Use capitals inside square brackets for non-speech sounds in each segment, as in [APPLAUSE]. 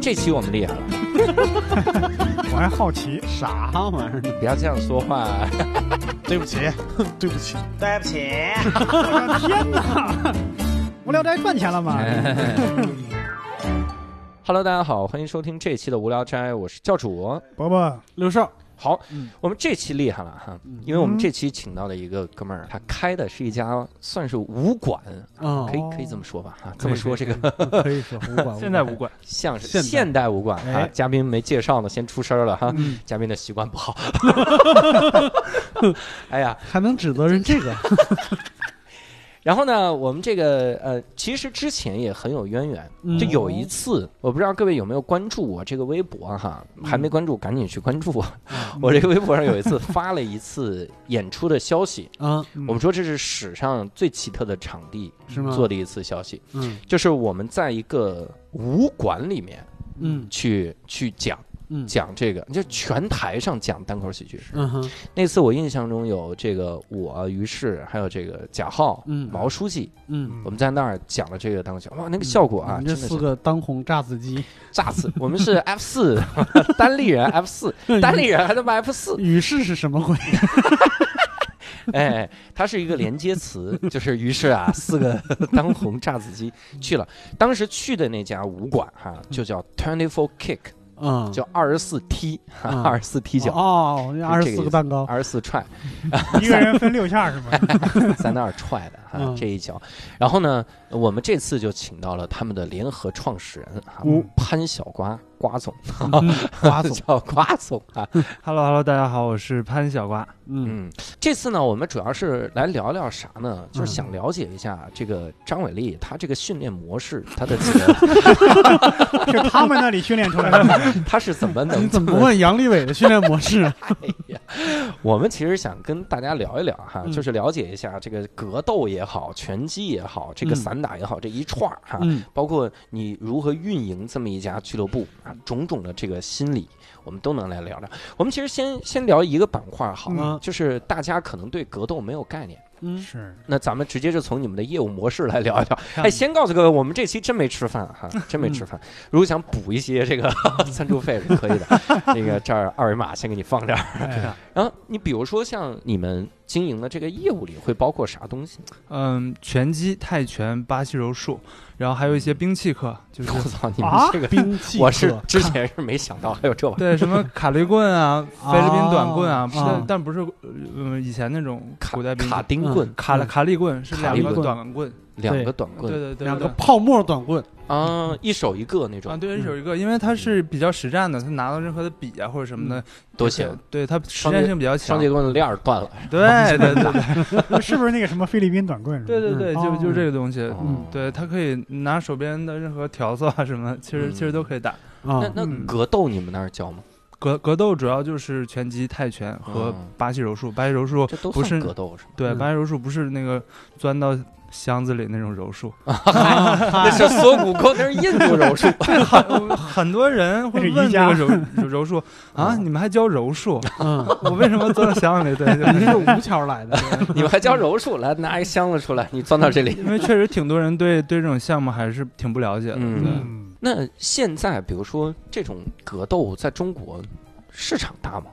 这期我们厉害了， [LAUGHS] 我还好奇，啥玩意儿？不要这样说话。对不起，对不起，对不起，我的哎天哪！无聊斋赚钱了吗？ Hello，大家好，欢迎收听这期的无聊斋，我是教主。伯伯，刘少，好，嗯我们这期厉害了哈，因为我们这期请到的一个哥们儿，他开的是一家算是武馆，啊可以可以这么说吧哈，这可以么说这个可以说武馆。现在武馆像是现代现代武馆哈哎，嘉宾没介绍呢，先出声了哈，嗯，嘉宾的习惯不 [LAUGHS] 好。哎呀，还能指责人这个？然后呢，我们这个呃，其实之前也很有渊源。嗯就有一次，我不知道各位有没有关注我这个微博哈，嗯还没关注赶紧去关注我。 [LAUGHS] 我这个微博上有一次发了一次演出的消息，啊，嗯我们说这是史上最奇特的场地是吗？做的一次消息，嗯就是我们在一个武馆里面嗯去去讲嗯讲这个，就全台上讲单口喜剧。嗯哼那次我印象中有这个我于适，还有这个贾浩、嗯毛书记，嗯，我们在那儿讲了这个当时，哇，那个效果啊，你真嗯这的四是个当红炸子 [LAUGHS] 鸡，炸死！我们是 F 四 [LAUGHS] 单立人，F 四单立人还他妈 F 四，于是是什么鬼？哎，它是一个连接词，就是于是啊，四个 [LAUGHS] 当红炸子鸡去了。当时去的那家武馆哈、就叫 Twenty Four Kick，嗯，叫二十四踢，嗯二十四踢脚，哦，那二十四个蛋糕，二十四踹，一个人分六下是吗？在那儿踹的哈、嗯这一脚。然后呢，我们这次就请到了他们的联合创始人哈、哦潘小瓜瓜总，嗯 [LAUGHS] 瓜总，叫瓜总啊。 ，Hello Hello，大家好，我是潘小瓜。嗯嗯，这次呢，我们主要是来聊聊啥呢？就是嗯想了解一下这个张伟丽他这个训练模式，他的这个是他们那里训练出来 [LAUGHS] 的。他是怎么能你怎么不问杨利伟的训练模 [LAUGHS] 式啊？哎呀？我们其实想跟大家聊一聊哈，嗯就是了解一下这个格斗也好，拳击也好，这个散打也好，这一串儿哈，嗯包括你如何运营这么一家俱乐部啊，种种的这个心理，我们都能来聊聊。我们其实先先聊一个板块儿好了，嗯就是大家可能对格斗没有概念。嗯，是，那咱们直接就从你们的业务模式来聊一聊。哎，先告诉各位，我们这期真没吃饭 [LAUGHS] 哈，真没吃饭。如果想补一些这个 [LAUGHS] 赞助费是可 [LAUGHS] 以的，那个这儿二维码先给你放这儿。哎然后你比如说像你们经营的这个业务里会包括啥东 [LAUGHS] 西？嗯，拳击、泰拳、巴西柔术，然后还有一嗯些兵器课，就 [LAUGHS] 我是操，你们啊这个兵器 [LAUGHS] 我是课之前是没想到还有这玩意儿。对什么卡雷棍 [LAUGHS] 啊、菲律宾短棍啊，哦不是哦但但不是呃以前那种卡古代兵器卡丁棍嗯，卡了卡力棍是卡两力个棍短棍，两个短对棍对对，两个对泡沫短棍，啊，一手一个那啊，种，对，嗯嗯有一个，因为它是比较实战的，它拿到任何的笔啊或者什么的，多就可行。对它实双战截性比较双强截。棍的链儿断了，对对对对是不是那个什么菲律宾短棍？对对 [LAUGHS] 对，就哦就这个东西，嗯对，它可以拿手边的任何调色啊什么，其实嗯其实都可以打。啊那，嗯那格斗你们那儿教吗？格格斗主要就是拳击、泰拳哦和嗯巴西柔术。巴西柔术这都不算是格斗是吗？对，嗯巴西柔术不是那个钻到箱子里那种柔术，那是锁骨沟，那是印度柔术。很很多人会那是问瑜这伽个柔 [LAUGHS] 柔柔术啊，嗯你们还教柔术？嗯，我为什么钻到箱子里？对，你对是吴桥来的， [LAUGHS] [LAUGHS] 你们还教柔术？来，拿一箱子出来，你钻到这里。因为确实挺多人对对这种项目还是挺不了解的。嗯对嗯， [LAUGHS] 那现在，比如说这种格斗在中国市场大吗？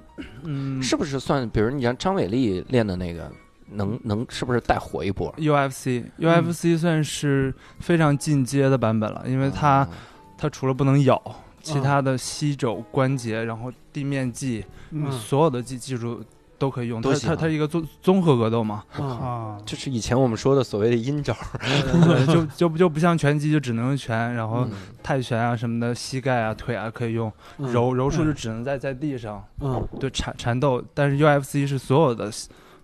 嗯，是不是算？比如你像张伟丽练的那个，能能是不是带火一波？ UFC UFC 算是非常进阶的版本了，因为它哦啊它除了不能咬，其他的膝肘关节，然后地面技，嗯所有的技技术都可以用。都它行它它一个综综合格斗嘛，啊，啊，就是以前我们说的所谓的阴招，[LAUGHS] 嗯对就就不就不像拳击就只能用拳，然后嗯泰拳啊什么的，膝盖啊腿啊可以用，嗯柔柔术就只能在在地上嗯对缠缠斗，但是 UFC 是所有的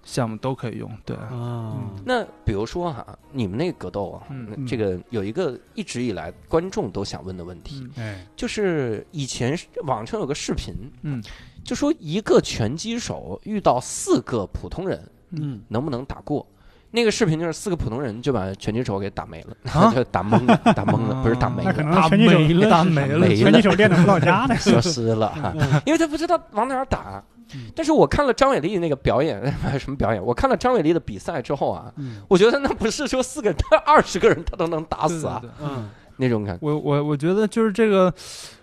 项目都可以用，对。嗯啊，那比如说哈、你们那个格斗啊，嗯那嗯这个有一个一直以来观众都想问的问题，嗯哎，就是以前是网上有个视频，嗯，就说一个拳击手遇到四个普通人嗯，能不能打过。那个视频就是四个普通人就把拳击手给打没了，[LAUGHS] 啊就打懵 [LAUGHS] 了，打懵了，不是打没那可了，能拳击手了打没了，没拳了击，手练的不到家 [LAUGHS] 呢。哦消失了嗯哈，因为他不知道往哪儿打嗯。但是我看了张伟丽那个表演，什么表演？我看了张伟丽的比赛之后啊，嗯我觉得那不是说四个人，他二十个人他都能打死啊！对对对嗯那种感觉。我我我觉得就是这个，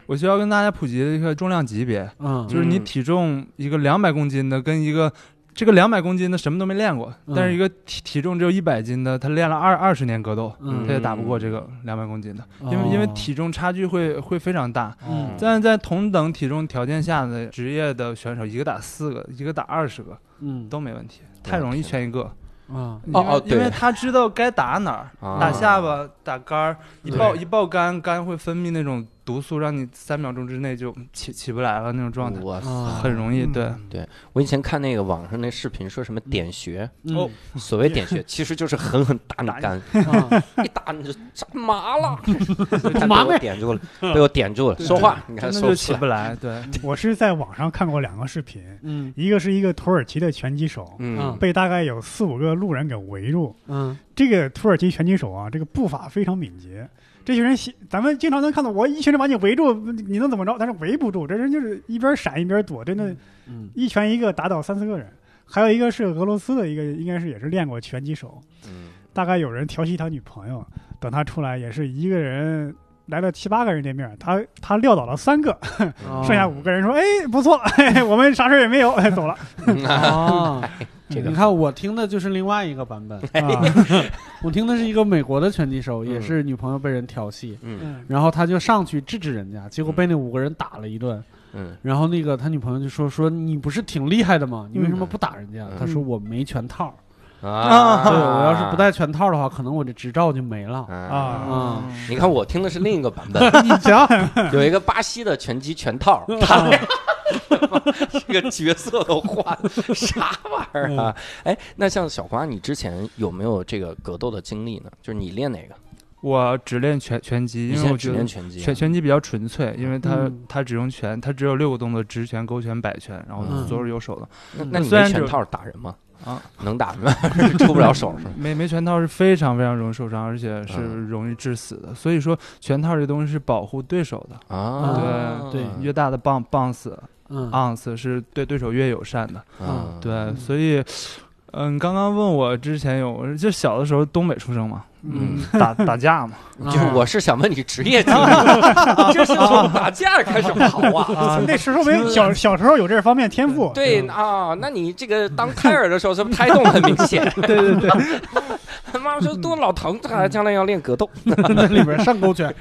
我需要跟大家普及的一个重量级 [LAUGHS] 别，嗯就是你嗯体重一个两百公斤的跟一个。这个两百公斤的什么都没练过，嗯但是一个体体重只有一百斤的，他练了二二十年格斗，嗯他也打不过这个两百公斤的，哦嗯因为因为体重差距会会非常大。嗯但是在同等体重条件下的职业的选手，一个打四个，一个打二十个嗯都没问题，对太容易圈一个。啊因为哦哦对因为他知道该打哪儿，啊打下巴、打杆儿，一对爆一爆杆，杆会分泌那种毒素，让你三秒钟之内就起起不来了那种状态，我啊很容易。嗯对，我以前看那个网上那视频，说什么点穴，嗯哦所谓点穴，其实就是狠狠打你肝， [LAUGHS] 啊一打你就扎麻了，麻被我呗点住了，被我点住了。说话你看真说的就不起出来不来。对，我是在网上看过两个视频，嗯一个是一个土耳其的拳击手，嗯嗯被大概有四五个路人给围住。 [LAUGHS] 嗯这个土耳其拳击手啊，这个步伐非常敏捷。这群人喜，咱们经常能看到，我一群人把你围住，你能怎么着？但是围不住，这人就是一边闪一边躲，真的，嗯一拳一个打倒三四个人。还有一个是俄罗斯的一个，应该是也是练过拳击手，嗯大概有人调戏他女朋友，等他出来也是一个人来了七八个人见面，他他撂倒了三个，嗯哦剩下五个人说：“哎，不错， [LAUGHS] 嘿，我们啥事儿也没有， [LAUGHS] 哎，走了。 [LAUGHS] 啊，这个你看我听的就是另外一个版本，啊我听的是一个美国的拳击手，嗯也是女朋友被人调戏，嗯”然后他就上去制止人家，结果嗯被那五个人打了一顿。嗯然后那个他女朋友就说说你不是挺厉害的吗？你为什么嗯不打人家？嗯他说我没拳套，啊对我要是不戴拳套的话，可能我这执照就没了。 [LAUGHS] 啊。啊，啊，你看，我听的是另一个版本， [LAUGHS] 你瞧，有一个巴西的拳击拳套，他俩哦 [LAUGHS] 这个角色都换了，啥玩意儿啊？嗯哎，那像小瓜，你之前有没有这个格斗的经历呢？就是你练哪个？我只练拳拳击，你因现为在我只觉练得拳击啊，拳拳击比较纯粹，因为它嗯它只用拳，它只有六个动作：直拳、勾拳、摆拳，然后嗯左手右手的。那那你虽没然拳就套打人吗？啊，能打吗？ [LAUGHS] 出不了手是吗？没没拳套是非常非常容易受伤，而且是嗯容易致死的。所以说，拳套这东西是保护对手的。啊，对嗯越大的 bounce bounce 嗯 ounce 是对对手越友善的。啊，对，所以，嗯，刚刚问我之前有，就小的时候东北出生 [LAUGHS] 嘛，嗯，打打架嘛，就是我是想问你职业经历， [LAUGHS] 这是从打架开始跑啊。那时候没小小时候有这方面天赋，对啊，那你这个当胎儿的时候，是不是胎动很明显？ [LAUGHS] 对对对， [LAUGHS] 妈妈说多老疼，他将来要练格斗。 [LAUGHS] 那里边上勾拳，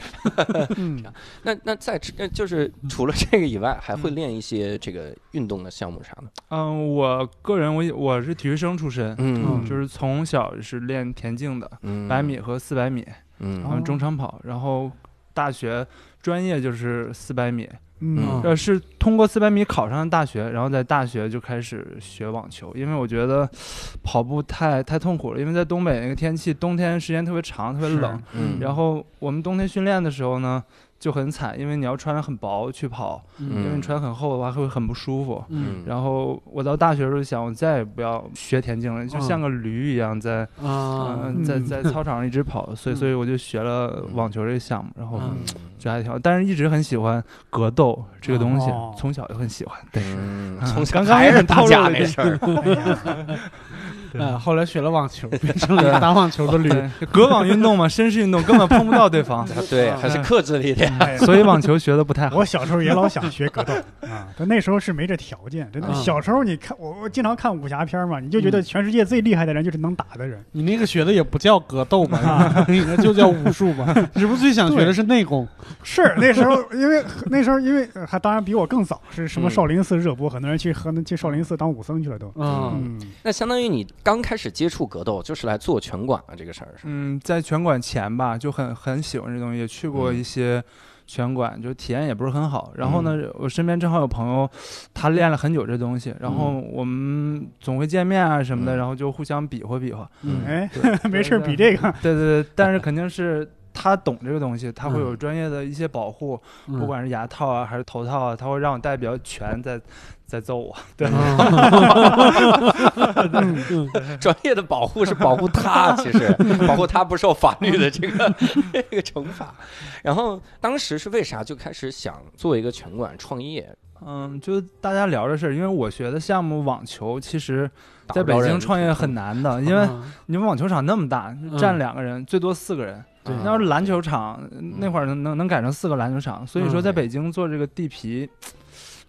嗯，那那在之呃就是除了这个以外，还会练一些这个运动的项目啥的。嗯，我个人我我是体育生出身，嗯就是从小是练田径的，嗯百米，和四百米，然嗯后中长跑，然后大学专业就是四百米，嗯嗯呃，是通过四百米考上大学，然后在大学就开始学网球，因为我觉得跑步太太痛苦了，因为在东北那个天气，冬天时间特别长，特别冷。嗯然后我们冬天训练的时候呢，就很惨，因为你要穿得很薄去跑，嗯因为你穿很厚的话会很不舒服。嗯然后我到大学的时候想，我再也不要学田径了，就嗯像个驴一样在、啊，嗯在嗯在操场上一直跑，所嗯以所以我就学了网球这个项目，然后嗯这还挺好，但是一直很喜欢格斗这个东西，哦从小就很喜欢。嗯对，嗯从小啊刚刚还也是很打透露架了那事儿， [LAUGHS] 哎，后来学了网球，变成了一个打网球的驴。 [LAUGHS] 对，隔网运动嘛，绅士运动根本碰不到 [LAUGHS] 对方，啊 [LAUGHS] 对，还嗯是克制了一点。哎所以网球学的不太好我。小时候也老想学 [LAUGHS] 格斗啊，但那时候是没这条件，真的。啊小时候你看我我经常看武侠片嘛，你就觉嗯得全世界最厉害的人就是能打的人。你那个学的也不叫格斗 [LAUGHS] 吧，应该就叫武术吧。你是不是最想学的是内功？是那时候，因为那时候因为呃还当然比我更早，是什么嗯少林寺热播，很多人去河南去少林寺当武僧去了都。嗯嗯，那相当于你刚开始接触格斗，就是来做拳馆啊这个事儿是吧？嗯，在拳馆前吧，就很很喜欢这东西，也去过一些拳馆，就体验也不是很好。然后呢，嗯我身边正好有朋友，他练了很久这东西，然后嗯我们总会见面啊什么的，嗯然后就互相比划比 [LAUGHS] 划。嗯哎，对没事儿比这个，对对对，但是肯定是。他懂这个东西，他会嗯有专业的一些保护，嗯不管是牙套啊还是头套啊，他会让我带比较全在在揍我。对，啊 [LAUGHS] 专业的保护是保护他，其实保护他不受法律的这个 [LAUGHS] 这个惩罚。然后当时是为啥就开始想做一个拳馆创业？嗯，就大家聊这事儿，因为我学的项目网球，其实打在不北着京人嗯创业很难的，因为你们网球场那么大，就站两个人，最多四个人，对啊那要是篮球场嗯那会儿能能能改成四个篮球场，所以嗯说在北京做这个地皮，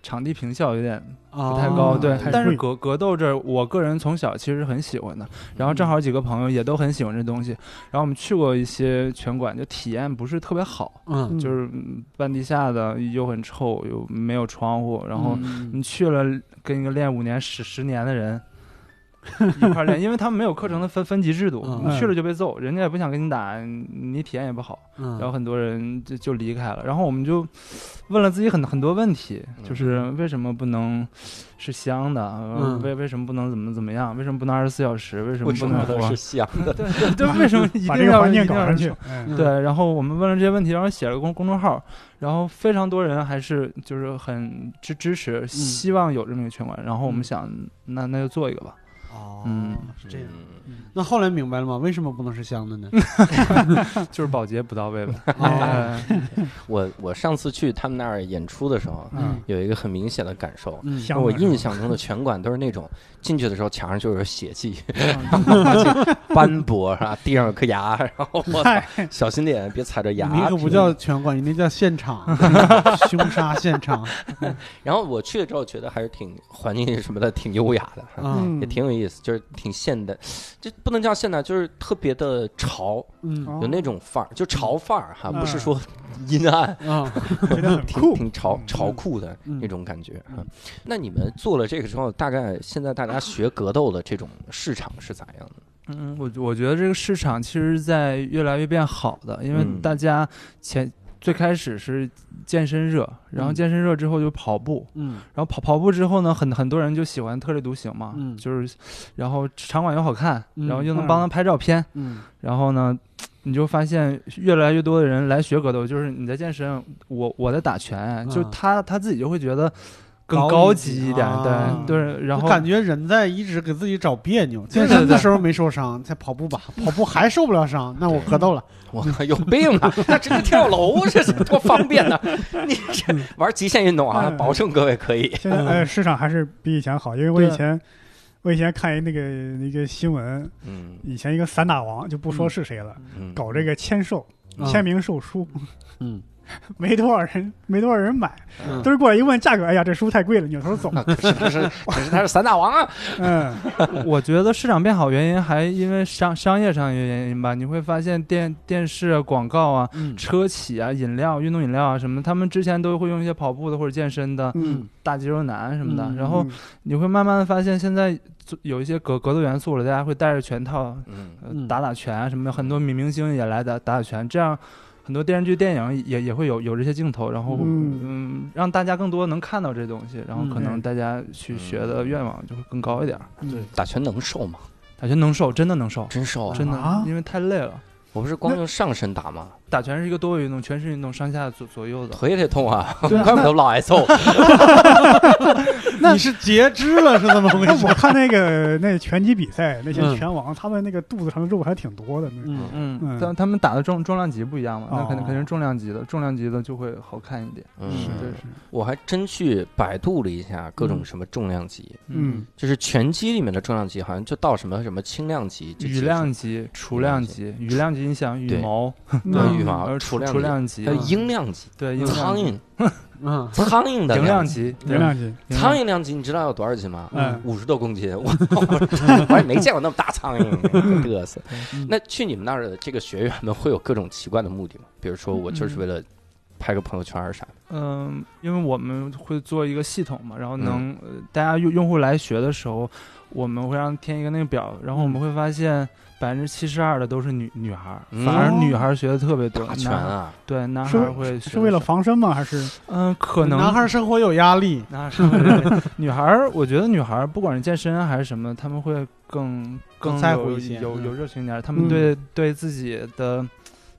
场地坪效有点不不太哦高，对太。但是贵格格斗这儿，我个人从小其实很喜欢的，嗯然后正好几个朋友也都很喜欢这东西，然后我们去过一些拳馆，就体验不是特别好，嗯，就是嗯半地下的又很臭，又没有窗户，然后嗯你去了跟一个练五年十十年的人一块儿练，因为他们没有课程的分分级制度，嗯你去了就被揍，人家也不想跟你打，你体验也不好，嗯然后很多人就就离开了，然后我们就问了自己很很多问题，就是为什么不能是香的，呃嗯为为什么不能怎么怎么样，为什么不能二十四小时，为什么为不什能么都 [LAUGHS] 是香的？对对对，为什么一把定这个要环一境定搞要上是去香，嗯对，然后我们问了这些问题，然后写了个公公众号，然后非常多人还是就是很支支嗯持，希望有这么一个拳馆。然后我们想，那那就做一个吧。哦，嗯是这样。嗯那后来明白了吗？为什么不能是香的呢？ [LAUGHS] 就是保洁不到位 [LAUGHS] 吧？哦哎我我上次去他们那儿演出的时候，啊嗯有一个很明显的感受。嗯香我味儿是吧印象中的拳馆都是那种 [LAUGHS] 进去的时候墙上就有血 [LAUGHS] [LAUGHS] 迹，斑驳是吧？地上有颗牙， [LAUGHS] 然后我操，小心点，别踩着牙。你那个不叫拳馆，你那叫现场，凶杀现场然后我去了之后，觉得还是挺环境什么的，挺优雅的，啊，嗯也挺有意思，就是挺现代，这不能叫现代，就是特别的潮，嗯有那种范儿，就潮范儿哈，哦嗯不是说阴暗，啊， [LAUGHS] 觉得很挺 [LAUGHS] 酷，挺潮嗯潮酷的嗯那种感觉哈。那你们做了这个之后，大概现在大家学格斗的这种市场是咋 [LAUGHS] 样的？嗯，我我觉得这个市场其实在越来越变好的，因为嗯大家前。最开始是健身热，然后嗯健身热之后就跑步，嗯然后跑跑步之后呢，很很多人就喜欢特立独行嘛，嗯就是，然后场馆又好看，嗯然后又能帮他拍照片，嗯然后呢，你就发现越来越多的人来学格斗，就是你在健身，我我在打拳，就啊他他自己就会觉得更高一嗯高级级一点，啊对对，然我后感觉人在一直给自己找别扭，对健对身的对时候没受伤，再跑步吧，跑步还受不了伤，那我格斗了。我靠，有病 [LAUGHS] 吧？那直接跳楼这是多方便呢！你这玩极限运动啊，嗯保证各位可以。现在呃市场还是比以前好，因为我以嗯对啊前我以前看一那个一个新闻，嗯以前一个散打王就不说是谁了，嗯，搞 [LAUGHS] 这个签售、嗯签名售书，嗯 [LAUGHS] 没多少人，没多少人买，嗯都是过来一问价格，哎呀，这书太贵了，扭头走。那可是他是可是他是散打王啊！ [LAUGHS] 嗯，我觉得市场变好原因还因为商商业上的原因吧，你会发现电电视啊、广告啊、嗯车企啊、饮料、运动饮料啊什么的，他们之前都会用一些跑步的或者健身的嗯大肌肉男什么的，嗯啊然后你会慢慢的发现现在有一些格格斗元素了，大家会带着拳套嗯呃嗯打打拳啊什么的，很多明明星也来打打打拳，这样很多电视剧、电影也也会有有这些镜头，然后嗯嗯让大家更多能看到这东西，然后可能嗯大家去学的愿望就会更高一点儿。对，打拳能瘦吗？打拳能瘦，真的能瘦，真瘦啊！真啊的，因为太累了。我不是光用上身打吗？打拳是一个多维运动，全身运动，上下左左右的。腿也得痛 [LAUGHS] 啊，怪不得老挨揍。那你是截肢了是怎么回那事哎我？看那个那拳击比赛，那些嗯拳王他们那个肚子上的肉还挺多的，那嗯嗯嗯，但他们打的重重量级不一样嘛，那肯定哦肯定是重量级的，重量级的就会好看一点。 [LAUGHS] 嗯，对是，我还真去百度了一下各种什么重量级，嗯，就是拳击里面的重量级，好像就到什么什么轻量级就结束羽了，量级、雏量级、羽量级，你想羽嗯对毛、对嗯羽毛、呃雏雏量雏级，量级还有，鹰量级、对，鹰苍量级蝇、嗯苍蝇的营量，级，能量级，营苍量蝇量级，你知道有多少斤吗？嗯，五十多 [LAUGHS] 公斤，我我我也没见过那么大苍 [LAUGHS] 蝇，嘚瑟嗯。那去你们那儿的这个学员们会有各种奇怪的目的吗？比如说我就是为了拍个朋友圈儿啥的。嗯，因为我们会做一个系统嘛，然嗯后能、呃大家用用户来学的时候，我们会让填一个那个表，然后我们会发现百分之七十二的都是女女孩儿，嗯反而女孩儿学的特别多，打拳男孩啊，对男是孩儿会学是为了的少防身吗？还是嗯，可能男孩生活有压力，男孩儿是为了女孩儿，我觉得女孩儿不管是健身还是什么，她们会更更更在乎有一些有嗯有热情一点儿，她嗯们对对自己的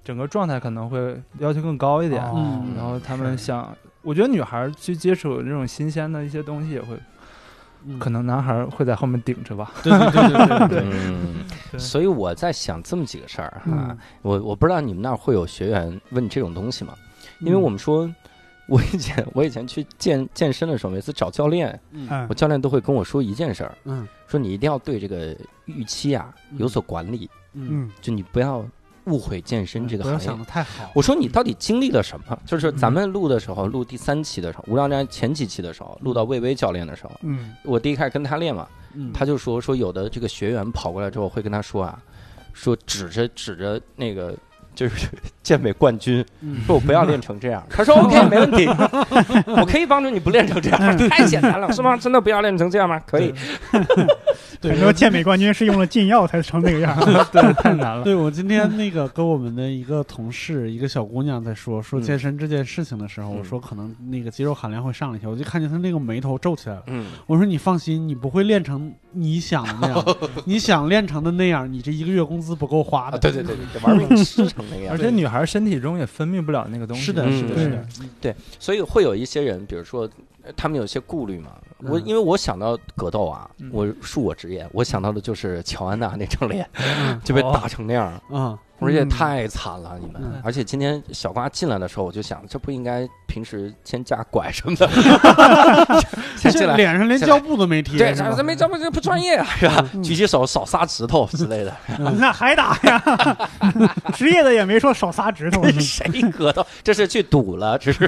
整个状态可能会要求更高一点。嗯哦然后他们是想，我觉得女孩儿去接触这种新鲜的一些东西，也会嗯可能男孩儿会在后面顶着吧。 [LAUGHS] 对对对对 [LAUGHS] 对，嗯，对所以我在想这么几个事儿哈，嗯我我不知道你们那儿会有学员问这种东西吗？因嗯为我们说，我以前我以前去健健身的时候，每次找教练，嗯我教练都会跟我说一件事儿，嗯说你一定要对这个预期啊嗯有所管理，嗯嗯就你不要误会健身这个不要行想嗯业。的太好。我说你到底经历了什么？就是咱们录的时候，录第三期的时候，无聊斋前几期的时候，录到魏巍教练的时候，嗯，我第一开始跟他练嘛，嗯他就说说有的这个学员跑过来之后会跟他说啊，说指着指着那个就是健美冠军，嗯说我不要练成这 [LAUGHS] 样。他说 OK 没问题，我可以帮助你不练成这样，太简单了是吗？真的不要练成这样吗？可以，对很多健美冠军是用了禁药才成那个样儿。对，太难了。对我今天那个跟我们的一个同事，一个小姑娘在说说嗯健身这件事情的时候，我嗯说可能那个肌肉含量会上来一些，我就看见她那个眉头皱起来了。嗯，我说你放心，你不会练成你想的那 [LAUGHS] 样，你想练成的那样，你这一个月工资不够花啊的。对对对对，玩 [LAUGHS] 命吃成那个样而子。且女孩身体中也分泌不了那个东西，是的，嗯是的，对是的，对，所以会有一些人，比如说呃他们有些顾虑嘛。我嗯因为我想到格斗啊嗯，我恕我直言，我想到的就是乔安娜那张脸就被哦打成那样，嗯而且太惨了你们嗯。而且今天小瓜进来的时候，我就想，这不应该平时先架拐什 [LAUGHS] 么的，先进这来。脸上连进来胶布都没贴，对，是吧嗯咱没这不这不专业啊，是吧？举起手少撒指头之类的，那还打呀？职业的也没说少仨指嗯头。谁格斗？ [LAUGHS] 这是去赌了，只是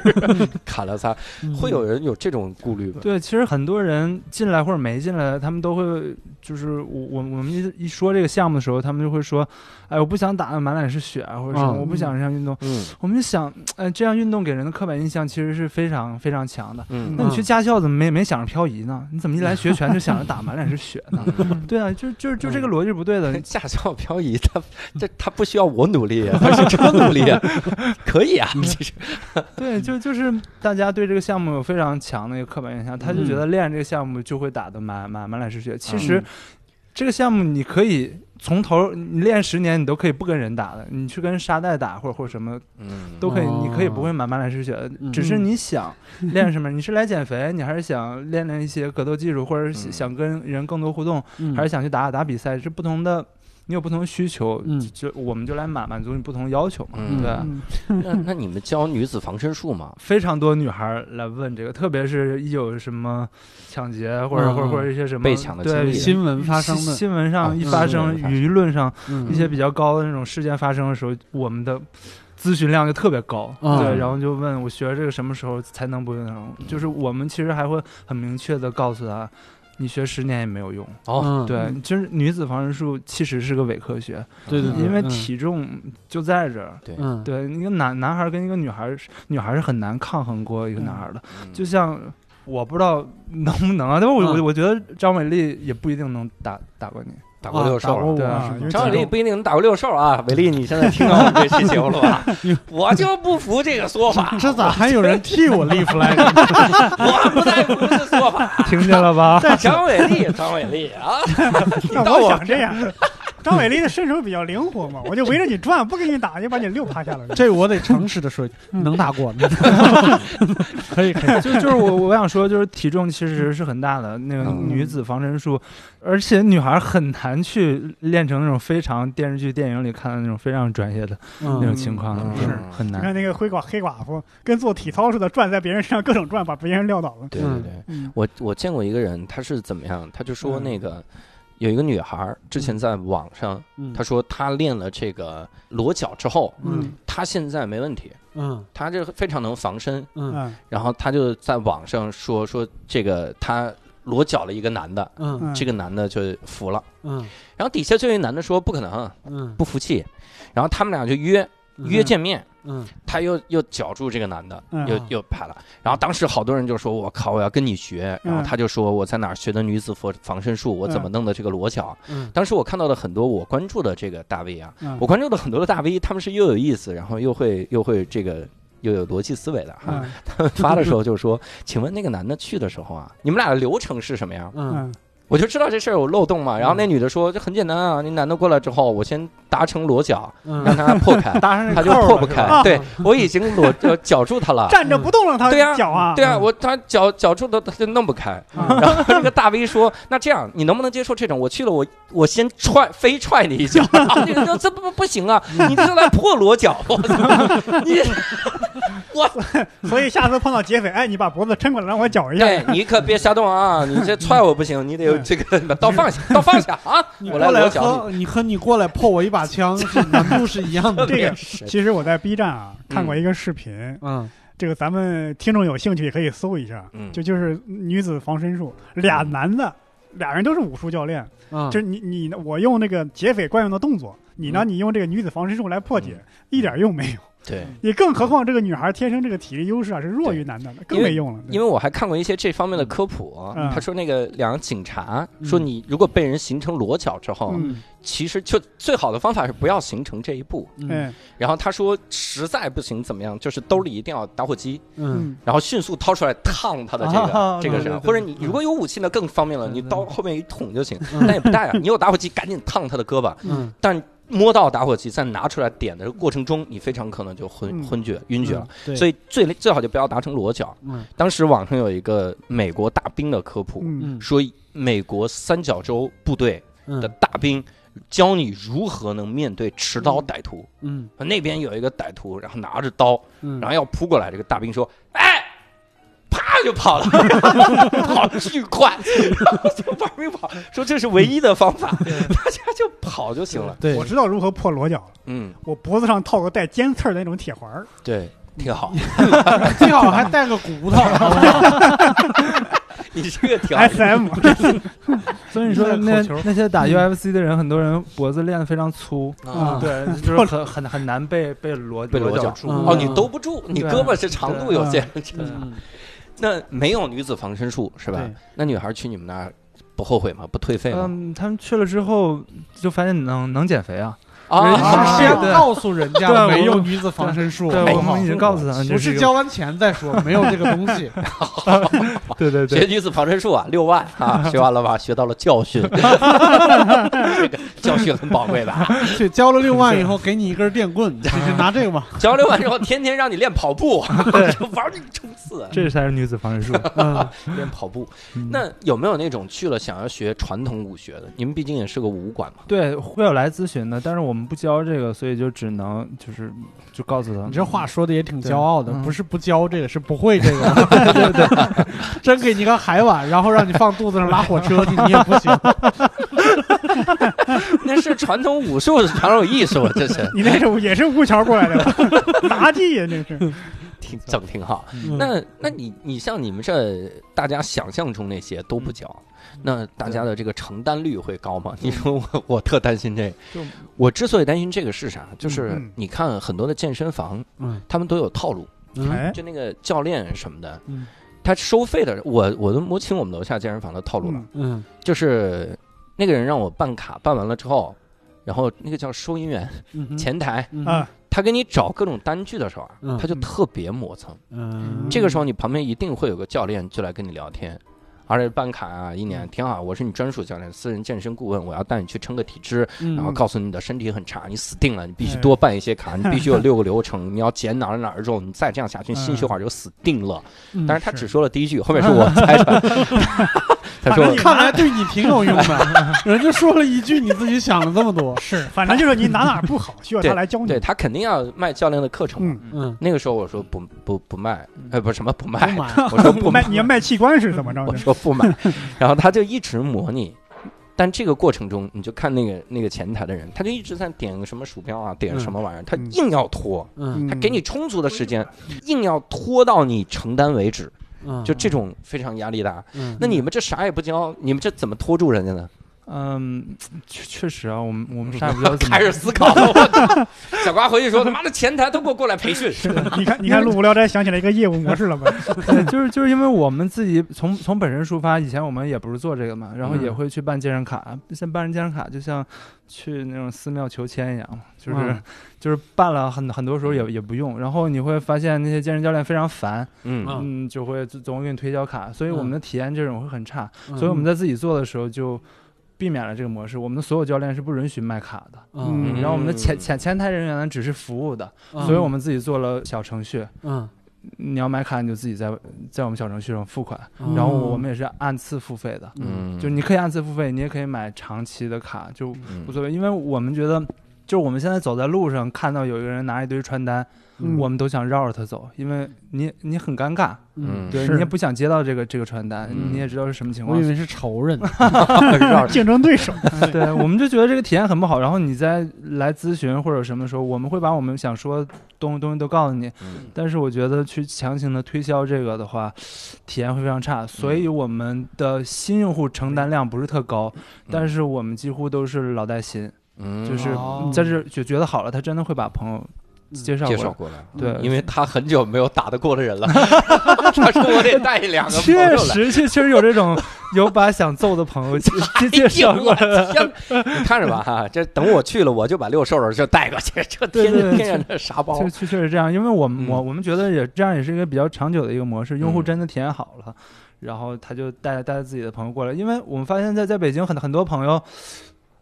砍了仨。嗯会有人有这种顾虑吗？对，其实很多人进来或者没进来，他们都会就是我我我们一一说这个项目的时候，他们就会说，哎，我不想打的满脸是血啊，或者什么，嗯我不想这项运动。嗯我们就想，哎，这样运动给人的刻板印象其实是非常非常强的。嗯那你去驾校怎么没没想着漂移呢？你怎么一来学拳就想着 [LAUGHS] 打满脸是血呢？嗯对啊，就就就这个逻辑是不对的。 [LAUGHS] 驾校漂移，他这他不需要我努力 [LAUGHS] 啊，他是车努力啊，嗯可以啊，其实对，就就是大家对这个项目有非常强的一个刻板印象，他就嗯觉得练这个项目就会打得满满满脸是血。其实这个项目你可以从头你练十年，你都可以不跟人打的，你去跟沙袋打或者或者什么嗯都可以，哦嗯你可以不会满满脸是血的，只是你想练什么，你是来减肥，你还是想练练一些格斗技术，或者是嗯想跟人更多互动，嗯还是想去打打比赛，是不同的。你有不同的需求，嗯就就我们就来满满足你不同的要求嘛，嗯对吧。嗯那那你们教女子防身术吗？非常多女孩儿来问这个，特别是一有什么抢劫或者嗯或者嗯或者一些什么被抢的经历对新闻发生新的新闻上啊一嗯发新闻生，发生舆论上嗯一些比较高的那种事件发生的时候，我们的咨询量就特别高，嗯对，然后就问我学这个什么时候才能不能，就是我们其实还会很明确的告诉他，你学十年也没有用，哦，嗯对，就是女子防身术其实是个伪科学，对对对因为嗯体重就在这儿。对嗯对，一个男男孩儿跟一个女孩儿是，女孩儿是很难抗衡过一个男孩儿嗯的。就像我不知道能不能啊，但我、我嗯我觉得张美丽也不一定能打打过你。打过六兽了。对啊啊打过我是张伟丽不一定能打过六兽啊！伟丽，你现在听到我们这期节目了 [LAUGHS] 吧？我就不服这个说法，这咋还有人替我立 flag？我不太服这说 [LAUGHS] 法。听见了 [LAUGHS] 吧？张伟丽，张伟丽啊！那到我我想这样，张伟丽的身手比较灵活嘛，我就围着你转，不给你打，就把你溜趴下了。 [LAUGHS] 这我得诚实 [LAUGHS] 的说，能打过，可以可以，就就是我我想说，就是体重其实是很大的那个嗯女子防身术，而且女孩很难去练成那种非常电视剧、电影里看的那种非常专业的那种嗯情况，嗯就是是很你难看。那个黑寡黑寡妇跟做体操似的，转在别人身上各种转，把别人撂倒了。对对对，嗯我我见过一个人，他是怎么样？他就说那个有一个女孩儿之前在网上，嗯她说她练了这个裸脚之后，嗯她现在没问题，嗯她这非常能防身。嗯嗯然后她就在网上说说这个她裸脚了一个男的，嗯嗯，这个男的就服了。嗯然后底下就一男的说不可能，嗯，不服气。然后他们俩就约约见面，嗯他又又绞住这个男的，嗯又又拍了。然后当时好多人就说：“我靠，我要跟你学。”嗯然后他就说：“我在哪儿学的女子防防身术？我怎么弄的这个裸脚嗯？”当时我看到了很多我关注的这个大 V 啊，嗯我关注的很多的大 V，他们是又有意思，然后又会又会这个又有逻辑思维的哈。嗯他们发的时候就说：“ [LAUGHS] 请问那个男的去的时候啊，你们俩的流程是什么样？”嗯嗯我就知道这事儿有漏洞嘛。然后那女的说：“这很简单啊，那男的过来之后，我先达成裸脚，让嗯，他破 [LAUGHS] 开。”搭上他就破不开。对我已经裸 [LAUGHS] 就绞住他了。站着不动了，他对呀脚啊，对啊，我他绞绞住他，他就弄不开。嗯 [LAUGHS] 啊然后那个大 V 说：“那这样，你能不能接受这种？我去了，我我先踹，非踹你一 [LAUGHS] 脚。”然后那个人说：“这不不行啊，嗯你这来破裸脚，我操！你所以下次碰到劫匪，哎，你把脖子抻过来让我绞一下。对你可别瞎动啊！你这踹我不行，你得有个这个刀放下，刀放下啊！嗯你我过来裸脚和你和你过来破我一把 [LAUGHS] 枪，是难度是一样的你。这个是其实我在 B 站啊看过一个视频，嗯，这个咱们听众有兴趣也可以搜一下，嗯就就是女子防身术，俩男的，俩人都是武术教练，啊，就是你你呢我用那个劫匪惯用的动作，你呢嗯你用这个女子防身术来破解，一点用没有。对，也更何况这个女孩天生这个体力优势啊是弱于对男的，更没用了。因为我还看过一些这方面的科普啊。嗯他说那个两个警察嗯说，你如果被人形成裸脚之后，嗯其实就最好的方法是不要形成这一步。嗯哎然后他说，实在不行怎么样，就是兜里一定要打火机，嗯，然后迅速掏出来烫他的这个、啊这个对人，对对或者你如果有武器那更方便了，嗯你嗯刀后面一捅就行，嗯但也不带啊，你有打火机赶紧烫他的胳膊，嗯但摸到打火机再拿出来点的过程中，你非常可能就昏嗯昏厥晕厥了，，对所以最最好就不要达成裸脚。嗯当时网上有一个美国大兵的科普，嗯嗯说美国三角洲部队的嗯大兵教你如何能面对持刀歹徒。嗯那边有一个歹徒，然后拿着刀，嗯，然后要扑过来，这个大兵说：“哎，啪就跑 [LAUGHS] 了，跑得巨快，然后就玩命跑，说这是唯一的方法，大家就跑就行了。嗯对我，知道如何破裸脚了，”嗯，我脖子上套个带尖刺儿的那种铁 [LAUGHS] 环儿，对，挺 [LAUGHS] 好，最好还带个骨头，好不好你这个挺好。 S M， [LAUGHS] 所以说嗯那扣球那些打 UFC 的人，很多人脖子练得非常粗，啊 [LAUGHS] 对，就是很很很难被被裸被裸脚脚住。嗯哦，你兜不住，你对胳膊是长度有限。嗯 [LAUGHS] 那没有女子防身术是吧对？那女孩去你们那儿不后悔吗？不退费吗？嗯，他们去了之后就发现能能减肥啊。人是 [LAUGHS] 啊，先对告诉人对家我没有女子防身术，对，哎我好们已经告诉他们，不这是一个交完钱再说，没有这个东 [LAUGHS] 西。对对学对，女子防身术啊，六万啊，学完了吧？学到了教 [LAUGHS] 训，这个教训很宝贵的啊。 [LAUGHS] 对，交了六万以后给你一根电棍，就是拿这个吧。交流完之后，天天让你练跑步， [LAUGHS] 就玩命冲刺，啊这才是女子防身术。 [LAUGHS] 嗯练跑步。嗯那有没有那种去了想要学传统武学的？你们毕竟也是个武馆嘛。对会有来咨询的，但是我们不教这个，所以就只能就是就告诉他们。你这话说的也挺骄傲的，嗯对嗯不是不教这个，是不会这个。 [LAUGHS] 对对对， [LAUGHS] 真给你个海碗，然后让你放肚子上拉火 [LAUGHS] 车，你你也不行。那是传统武术，是传统艺术，这是你那是也是吴桥过来的吧？ [LAUGHS] 杂技呀，这是。挺整挺好。嗯那那你你像你们这大家想象中那些嗯都不教，那大家的这个承担率会高吗？你说我我特担心这个就，我之所以担心这个是啥？就是嗯你看很多的健身房，嗯他们都有套路，嗯哎，就那个教练什么的，嗯他收费的，我我都摸清我们楼下健身房的套路了，嗯嗯就是那个人让我办卡，办完了之后，然后那个叫收银员、嗯前台，嗯啊，他给你找各种单据的时候啊，嗯他就特别磨蹭。嗯，这个时候你旁边一定会有个教练就来跟你聊天。而且办卡啊，一年挺好。我是你专属教练，私人健身顾问，我要带你去称个体脂，嗯然后告诉你的身体很差，你死定了，你必须多办一些卡，你必须有六个流程，你要减哪儿哪儿肉，你再这样下去，心血管就死定了。嗯但是他是只说了第一句，后面是我猜的。他反正说你看来对你挺有用的， [LAUGHS] 人家说了一句，你自己想了这么多。是，反正就是你哪哪不好，需要他来教你。对他肯定要卖教练的课程嘛。嗯，嗯，那个时候我说不不不卖，嗯哎，不是什么不不卖，买。我说不卖卖，你要卖器官是怎么着我的？说不 [LAUGHS] 买，然后他就一直磨你。但这个过程中，你就看那个那个前台的人，他就一直在点个什么鼠标啊，点什么玩意儿，他嗯硬要拖，嗯他给你充足的时间，硬要拖到你承担为止，嗯，就这种非常压力大。嗯，那你们这啥也不教，你们这怎么拖住人家呢？嗯，确确实啊，我们我 [LAUGHS] 们啥也不知道怎么开始思考了。我小瓜回去说：“他妈的，前台都给我过来培训。是嗯的，你看，你看，录无聊斋想起来一个业务模式了吧？ [LAUGHS] 对，就是就是因为我们自己从从本身出发，以前我们也不是做这个嘛，然后也嗯会去办健身卡，像办健身卡就像去那种寺庙求签一样嘛，就是、嗯就是办了很很多时候也也不用，然后你会发现那些健身教练非常烦，”嗯，嗯，就会总总给你推销卡，所以我们的体验这种会很差，嗯，所以我们在自己做的时候就。避免了这个模式，我们的所有教练是不允许卖卡的，嗯，嗯然后我们的前嗯前前台人员呢只是服务的，嗯所以我们自己做了小程序，嗯，你要买卡你就自己在在我们小程序上付款，嗯然后我们也是按次付费的，嗯嗯，就你可以按次付费，你也可以买长期的卡，就嗯无所谓，因为我们觉得，就是我们现在走在路上看到有一个人拿一堆传单，嗯我们都想绕着他走，因为你你很尴尬，嗯对是你也不想接到这个这个传单，嗯你也知道是什么情我况以。为是仇人， [LAUGHS] 绕着 [LAUGHS] 竞争对手，对， [LAUGHS] 我们就觉得这个体验很不好。然后你再来咨询或者什么的时候，我们会把我们想说的东东西都告诉你。嗯但是我觉得去强行的推销这个的话，体验会非常嗯差。所以我们的新用户承担量不是特高，但是我们几乎都是老带新，嗯，嗯就是哦在这就觉得好了，他真的会把朋友介绍介过绍来。过来，对，因为他很久没有打得过的 [LAUGHS] 人了， [LAUGHS] 他说我得带两个朋确友来。实，确确实有这种有把想揍的朋友介介 [LAUGHS] 介哎呦绍过我来。 [LAUGHS] 的天，你看着吧哈，这等我去了，我就把六兽儿就带过去，这对天对天对天这啥包确，确确实这样，因为我们、嗯我我们觉得也这样也是一个比较长久的一个模式，用户嗯真的体验好了，然后他就带带自己的朋友过来，因为我们发现在在北京很很多朋友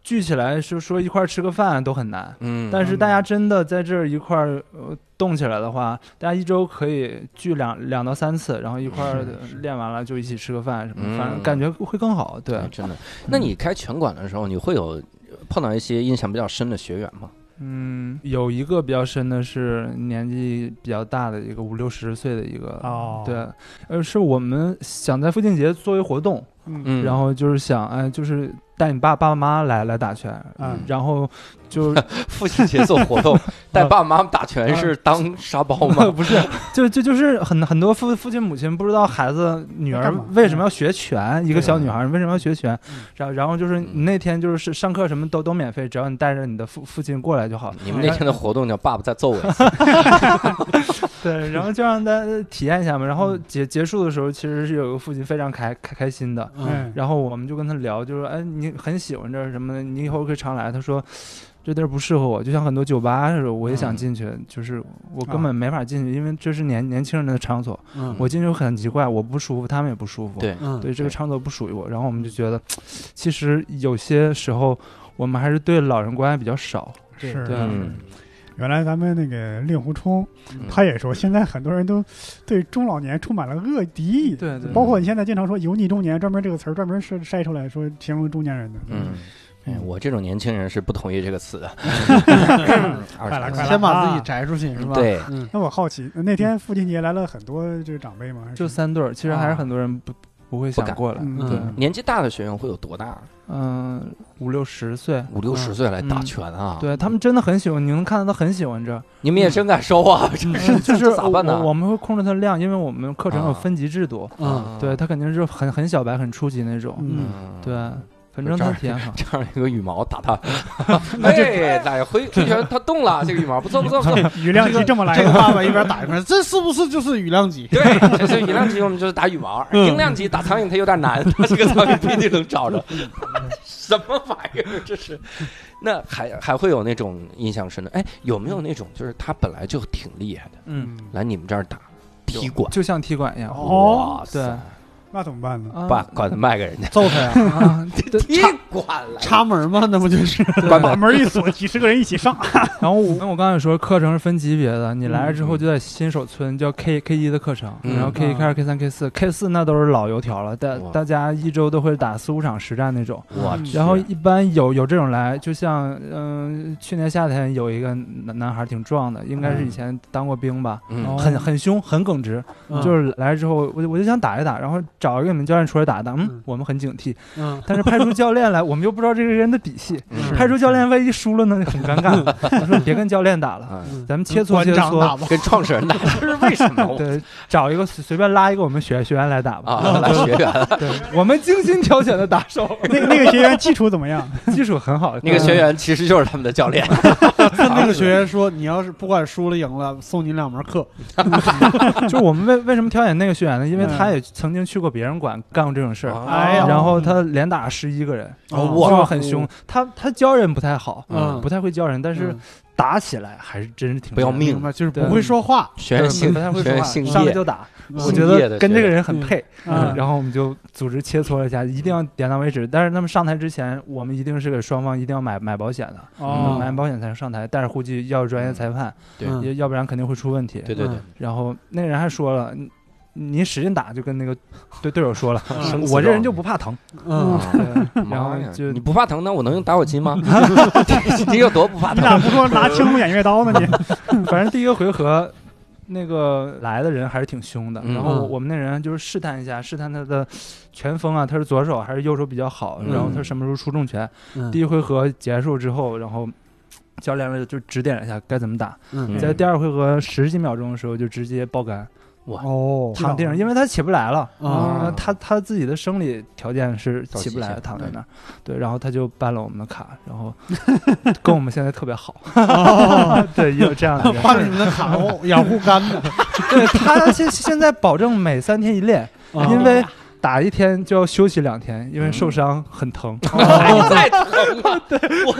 聚起来说说一块儿吃个饭都很难，嗯，但是嗯大家真的在这儿一块儿、呃、动起来的话，大家一周可以聚两两到三次，然后一块儿是练完了就一起吃个饭什么，嗯反正感觉会更好。对，哎真的。那你开拳馆的时候，你会有碰到一些印象比较深的学员吗？嗯，有一个比较深的是年纪比较大的一个五六十岁的一个哦对，呃，是我们想在父亲节作为活动，嗯嗯，然后就是想，哎，就是带你爸爸妈来来打拳，嗯然后 [LAUGHS] 就嗯父亲节做活 [LAUGHS] 动，带爸爸妈妈打嗯拳是当沙包吗？[LAUGHS] 不是，就就就是很很多父父亲母亲不知道孩子女干儿嘛为什么要学拳，一个对小女孩为什么要学拳嗯，然后然后就是嗯那天就是上课什么都都免费，只要你带着你的父父亲过来就好了。你们那天的活动叫“爸爸再揍我一次对，然后就让大家体验一下嘛。嗯然后结结束的时候，其实是有一个父亲非常开开开心的。嗯，然后我们就跟他聊，就说：“哎，你很喜欢这儿什么的，你以后可以常来。”他说：“这地儿不适合我，就像很多酒吧似的，我也想嗯进去，就是我根啊本没法进去，因为这是年年轻人的场所，嗯我进去很奇怪，我不舒服，他们也不舒服。”，对，嗯哎对，这对个场所不属于我。然后我们就觉得，其实有些时候我们还是对老人关爱比较少。是对啊嗯，原来咱们那个令狐冲，嗯他也说，现在很多人都对中老年充满了恶敌意。对对包括你现在经常说“油腻中年”，专门这个词儿专门是筛出来说形容中年人的。嗯，哎，我这种年轻人是不同意这个词的。二快了十快了先把自己摘出去是吧？对嗯那我好奇，那天父亲节来了很多这个长辈吗？还是就三对儿，其实还是啊很多人不不会想敢过来。嗯对。嗯年纪大的学员会有多大？嗯，五六十岁，五六十岁来打拳啊？嗯对他们真的很喜欢，你能看到他很喜欢这儿，你们也真敢收啊！这 [LAUGHS] 是就这是咋办呢？我我们会控制他的量，因为我们课程啊有分级制度，嗯，对他肯定是很很小白、很初级那种，嗯，嗯对，反正他体验好。这样一个羽毛打他，哎，打回回拳他动了，这个羽毛不错不错不错。羽量级这么来这个的，爸爸一边打一边，这是不是就是羽量级？ [LAUGHS] 对，这是羽量级，我们就是打羽毛； [LAUGHS] 音量级打苍蝇，它有点难，它这个苍蝇不一定能找着。 [LAUGHS] 什么玩意儿？这是？那还还会有那种印象深的？哎，有没有那种就是他本来就挺厉害的，嗯，来你们这儿打踢馆？就像踢馆一样，哦哇对塞，那怎么办呢？把啊，管子卖给人家，揍他呀！啊对踢馆了，插门嘛，那不就是？ [LAUGHS] 关把门。门一锁，几十个人一起上。 [LAUGHS] 然后我我刚才说课程是分级别的，你来了之后就在新手村叫 K K 一的课程，嗯然后 K 一、K 二、K 三、K 四、K 四那都是老油条了，大哇大家一周都会打四五场实战那种。我去嗯然后一般有有这种来，就像嗯、去年夏天有一个男男孩挺壮的，应该是以前当过兵吧，嗯哦很很凶，很耿直。嗯就是来之后，我就我就想打一打，然后找一个你们教练出来打一打。嗯嗯，我们很警惕，嗯，但是派出教练来， [LAUGHS] 我们又不知道这个人的底细。嗯是派出教练万一输了呢，很尴 [LAUGHS] 尬。我说别跟教练打了，啊，嗯咱们切磋馆切长磋。 [LAUGHS] 打吧，跟创始人打，这是为什么？我对，找一个随随便拉一个我们学学员来打吧。啊，来学员 [LAUGHS] 了，对，我们精心挑选的打 [LAUGHS] 手， [LAUGHS] 那那个学员基础怎么 [LAUGHS] 样？技术很好。那个学员其实就是他们的教练。跟那个学员说，你要是不管输了赢了，送你两门课。就是我们为为什么挑选那个学员呢？因为嗯他也曾经去过别人馆干过这种事儿，哎呀哦然后嗯他连打十一个人，哦哇就是很凶。他他教人不太好，嗯不太会教人，但是嗯打起来还是真是挺不要命明白，就是对不会说话。学员姓不太会学说员话，姓上来叶，就打。嗯我姓觉叶的得跟学这个员人很配，嗯然后我们就组织切磋了一下，一定要点到为止。但是他们上台之前，我们一定是给双方一定要买买保险的，哦买保险才能上台，戴着护具要有专业裁判，对嗯要要不然肯定会出问题。对对对，然后那个人还说了，嗯您使劲打，就跟那个对队友说了，生死嗯我这肉人就不怕疼。嗯， [LAUGHS] 然后然后就啊你不怕疼，那我能用打火机 [LAUGHS] 吗？ [LAUGHS] 你有多不怕你疼？俩不说拿青龙偃月刀吗？ [LAUGHS] 你 [LAUGHS] 反正第一个回合，那个 [LAUGHS] 来的人还是挺凶的。嗯然后我们那人就是试探一下，试探他的拳风啊，他是左手还是右手比较好，嗯然后他什么时候出重拳。嗯第一回合结束之后，然后教练了就指点了一下该怎么打。嗯在第二回合十几秒钟的时候就直接爆杆哦躺地上，因为他起不来了。啊呃他他自己的生理条件是起不来到极限的，躺在那儿，对，然后他就办了我们的卡，然 [LAUGHS] 后跟我们现在特别好， [LAUGHS] 对，也有这样的人，换了你们的卡哦，养护肝 [LAUGHS] 的，对他现现在保证每三天一练，啊因为打一天就要休息两天，因为受伤很疼。哦你再疼了， [LAUGHS] 我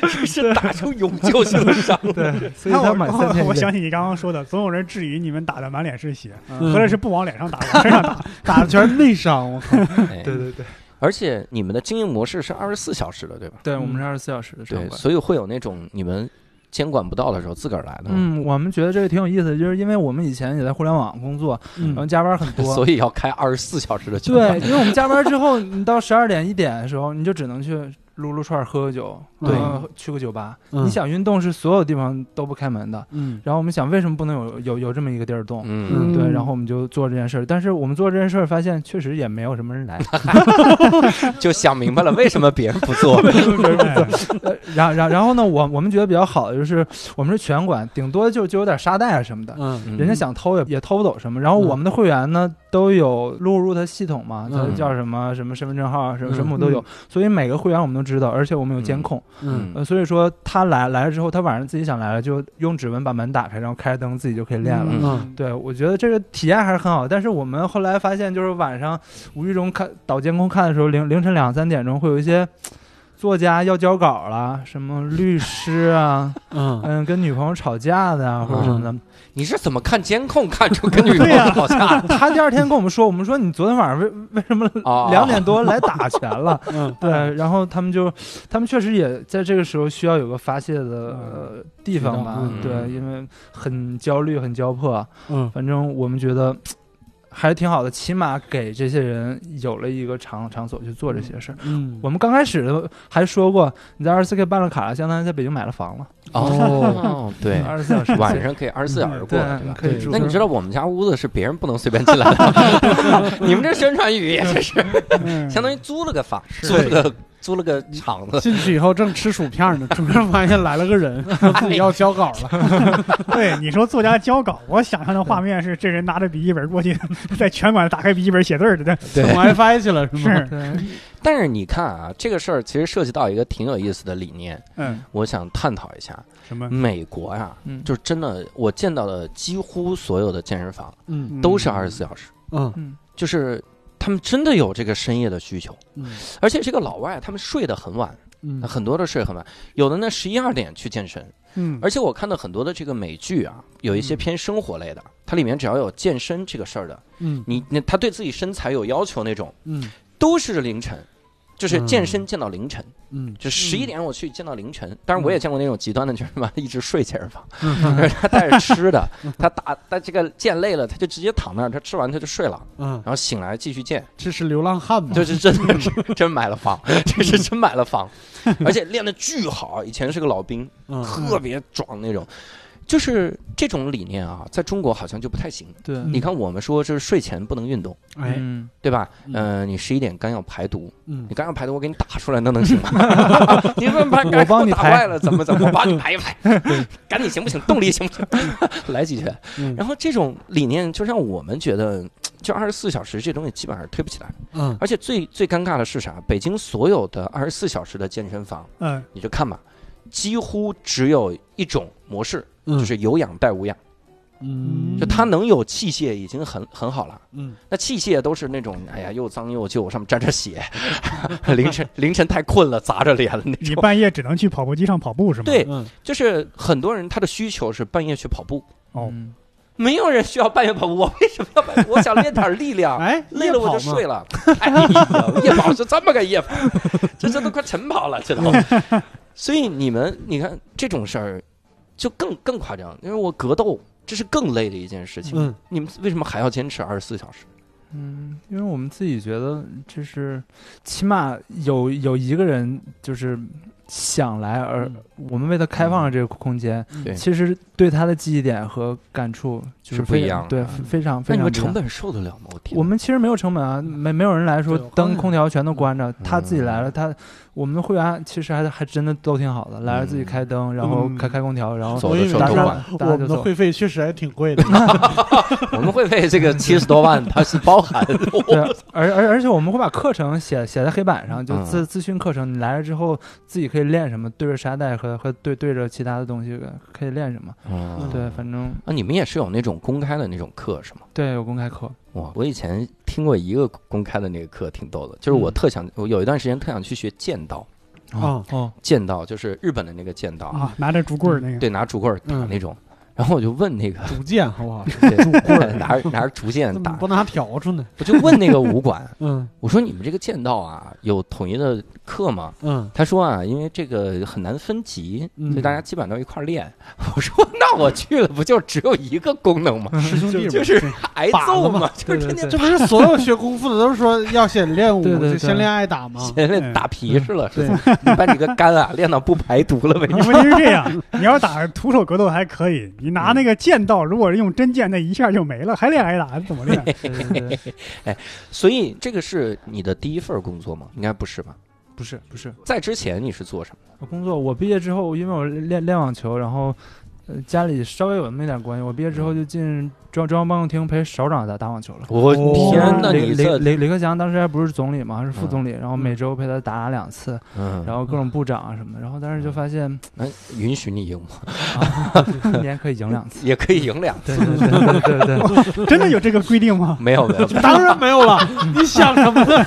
这是打出永久性的伤。对， [LAUGHS] 所以看他我哦每三天一我练。想起你刚刚说的，总有人质疑你们打的满脸是血，嗯合着是不往脸上打，往身上 [LAUGHS] 打。打的全是内伤，我靠，哎 [LAUGHS] 对对对，而且你们的经营模式是二十四小时的，对吧？ [LAUGHS] 对我们是二十四小时的场对，馆。所以会有那种你们监管不到的时候自个儿来的，，嗯，我们觉得这个挺有意思，就是因为我们以前也在互联网工作，然后嗯加班很多， [LAUGHS] 所以要开二十四小时的酒吧。对，因为我们加班之后，你到十二点一点的时候，你就只能去撸撸串儿、喝喝酒，对然后去个酒吧。嗯你想运动是所有地方都不开门的，嗯然后我们想为什么不能有有有这么一个地儿动？嗯，嗯对，然后我们就做这件事儿，但是我们做这件事儿发现确实也没有什么 [LAUGHS] 人来，嗯就想明白了为什么别人不做。哎呃然然然后呢，我我们觉得比较好的就是我们是拳馆，顶多就就有点沙袋啊什么的，嗯嗯人家想偷也也偷不走什么。然后嗯我们的会员呢都有录入他系统嘛，他嗯叫什么什么身份证号啊，什嗯么什么我都有，所以每个会员我们都知道，而且我们有监控。嗯呃，所以说他来来了之后，他晚上自己想来了，就用指纹把门打开，然后开着灯自己就可以 [LAUGHS] 练了。嗯嗯对，我觉得这个体验还是很好，但是我们后来发现，就是晚上无意中看导监控看的时候，凌凌晨两三点钟会有一些作家要交稿啦，什么律师啊，嗯，嗯，跟女朋友吵架的啊，或者什么的。你是怎么看监控看出跟女朋友吵架 [LAUGHS] 的他第二天跟我们说，我们说你昨天晚上为为什么啊？两点多来打拳了？嗯对，然后他们就，他们确实也在这个时候需要有个发泄的、嗯呃、地方吧，嗯对，因为很焦虑、很焦迫。嗯反正我们觉得嗯还是挺好的，起码给这些人有了一个场场所去做这些事儿。嗯，我们刚开始还说过，你在二十四 K 办了卡，相当于在北京买了房了，哦，对，二十四 [LAUGHS] 小时晚上可以嗯二十四小时过，对对吧？可以住。那你知道我们家屋子是别人不能随便进来的， [LAUGHS] 你们这宣传语也真是，嗯相当于租了个房，租了个租了个场 [LAUGHS] 子，进去以后正吃薯片呢，突然发现来了 [LAUGHS] 个人，说自己要交稿了。对你说作家交稿，我想象的画面是这人拿着笔记本过去， [LAUGHS] 在拳馆打开笔记本写字儿的，对对我 WiFi 去了是吗？是 [LAUGHS] 对，但是你看啊，这个事儿其实涉及到一个挺有意思的理念，嗯我想探讨一下。什么美国呀、嗯就是真的，我见到的几乎所有的健身房嗯都是二十四。四小时，嗯嗯就是他们真的有这个深夜的需求，嗯而且这个老外他们睡得很晚，嗯很多的睡很晚，有的呢十一二点去健身，嗯，而且我看到很多的这个美剧啊，有一些偏生活类的，它里面只要有健身这个事儿的，嗯你那他对自己身材有要求那种，嗯都是凌晨。就是嗯健身健到凌晨，嗯就十一点我去健到凌晨。当然我也见过那种极端的，就是他妈一直睡健身房，嗯就是他带着吃的，他打他这个健累了，他就直接躺那儿，他吃完他就睡了，嗯，然后醒来继续健，这是流浪汉嘛？ [LAUGHS] 就是真的是真买了房， [LAUGHS] 这是真买了 [LAUGHS] 房，而且练的巨好，啊以前是个老兵，嗯特别壮那种。就是这种理念啊，在中国好像就不太行。对，你看，我们说就是睡前不能运动，哎嗯对吧？嗯嗯，你十一点肝要排毒，嗯你肝要排毒，我给你打出来，那能行吗？你问把肝我帮你打排坏了，怎么怎么，我帮你排一排，赶紧行不行？动力行不行？来几拳。嗯 [LAUGHS] 然后这种理念就让我们觉得，就二十四小时这东西基本上是推不起来。嗯而且最最尴尬的是啥？北京所有的二十四小时的健身房，嗯你就看吧，几乎只有一种模式，嗯，就是有氧带无氧。嗯就它能有器械已经很很好了。嗯那器械都是那种，哎呀，又脏又旧，上面沾着血， [LAUGHS] 凌晨凌晨太困了，砸着脸了那你种。半夜只能去跑步机上跑步是吗？对嗯就是很多人他的需求是半夜去跑步，哦嗯没有人需要半夜跑步。我为什么要半夜？我想练点力量。哎啊累了我就睡了。 [LAUGHS] 哎呀，夜跑是这么个夜跑， [LAUGHS] 这这都快晨跑了，知道吗？嗯 [LAUGHS] 所以你们你看这种事儿就更更夸张，因为我格斗，这是更累的一件事情。嗯你们为什么还要坚持二十四小时？嗯，因为我们自己觉得，就是起码有有一个人就是想来，而嗯我们为他开放了这个空间，对其实对他的记忆点和感触就是是不非一常样的对，嗯非非常那非你常们不一成样。本受得了吗？我天哪，我们其实没有成本啊，没没有人来说对我刚灯才空调全都关着，嗯他自己来了，他我们的会员其实还还真的都挺好的，来了自己开灯，然后嗯开开空调，然后走的时候打都算晚。大家我们就的走会费确实还挺贵的。 [LAUGHS] [LAUGHS] 我们会费这 [LAUGHS] 个七十多万，它是包含的。对，而而而且我们会把课程写写在黑板上，就嗯自自训课程，你来了之后自己可以练什么，对着沙袋和和对对着其他的东西可以练什么。嗯对，反正啊，你们也是有那种公开的那种课是吗？对有公开课，哇，我以前听过一个公开的那个课，挺逗的，就是我嗯特想，我有一段时间特想去学剑道，哦哦，剑道就是日本的那个剑道，啊，拿着竹棍儿那个，对，拿竹棍儿打嗯那种。然后我就问那个，逐渐好不好？对竹棍 [LAUGHS] 儿拿着拿着竹怎剑么打不，拿笤帚呢？我就问那个武馆，嗯我说你们这个剑道啊，有统一的课吗？ [LAUGHS] 嗯，他说啊，因为这个很难分级，嗯所以大家基本上都一块儿练。 [LAUGHS] 我说那我去了不就只有一个功能吗？师兄弟嘛就是对挨揍嘛，就是天天这不是所有学功夫的都说要先练武，对对对就先练挨打吗？闲练打皮是了，啊对是吧？你把你个肝啊练到不排毒 [LAUGHS] 了为止。问题是这样，你要打徒手格斗还可以，你拿那个剑道，如果是用真剑，那一下就没了，还练挨打，怎么练？对对对，所以这个是你的第一份工作吗？应该不是吧？不是不是，在之前你是做什么？我工作，我毕业之后，因为我练练网球，然后。呃，家里稍微有那么一点关系，我毕业之后就进中央中央办公厅陪首长打打网球了。我哦天哪，那雷你雷这雷雷克强当时还不是总理嘛，还是副嗯总理，然后每周陪他打两次，嗯，然后各种部长啊什么的，然后但是就发现哎允许你赢吗？一年可以 [LAUGHS] 赢两次。也可以赢两次，对对对对对 [LAUGHS] 对，真的有这个规 [LAUGHS] 定吗？没有没有，当然没有了，你想什么呢？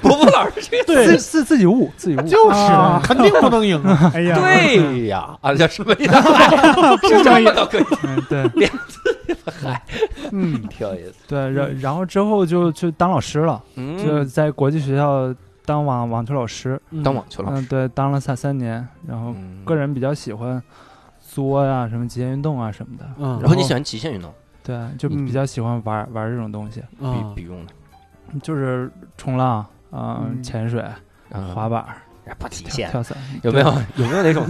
伯父老师这个自自自己悟，自己悟。就是啊肯定不能赢啊。 [LAUGHS] 哎呀，，对呀，啊叫什么呀？ [LAUGHS] 是这么都可以，嗯，对嗯，挺有意思。对，然然后之后就就当老师了，就嗯，在国际学校当网网球老师。当网球老嗯师，，对，当了三三年，然后嗯个。人比较喜欢作呀、什么极限运动啊什么的。嗯然后你喜欢极限运动，对，就比较喜欢玩玩这种东西，啊比比用的就是冲浪啊、嗯潜水、嗯啊滑板、不极限跳伞。有没有有没有那种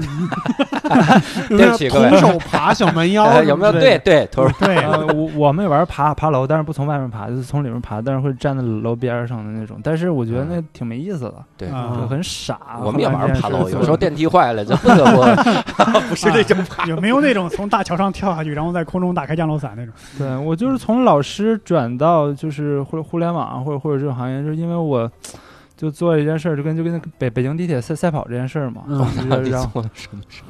对 [LAUGHS] 有不起各位徒手爬小蛮啊腰呃 [LAUGHS] 什么之类的，有没有对对，头儿对，呃，我我们也玩爬爬楼，但是不从外面爬，就是从里面爬，但是会站在楼边儿上的那种。但是我觉得那挺没意思的，对。啊就很傻。嗯我们也玩爬楼，后来这件事有时候电梯坏了就不 [LAUGHS] 得不不是那种爬。啊有没有那种从大桥上跳下去，然后在空中打开降落伞那种？对我就是从老师转到就是互互联网或者或者这种行业，就是因为我就做一件事儿，就跟就跟北北京地铁赛赛跑这件事儿嘛，嗯就是 [LAUGHS] 到底然后做了什么事？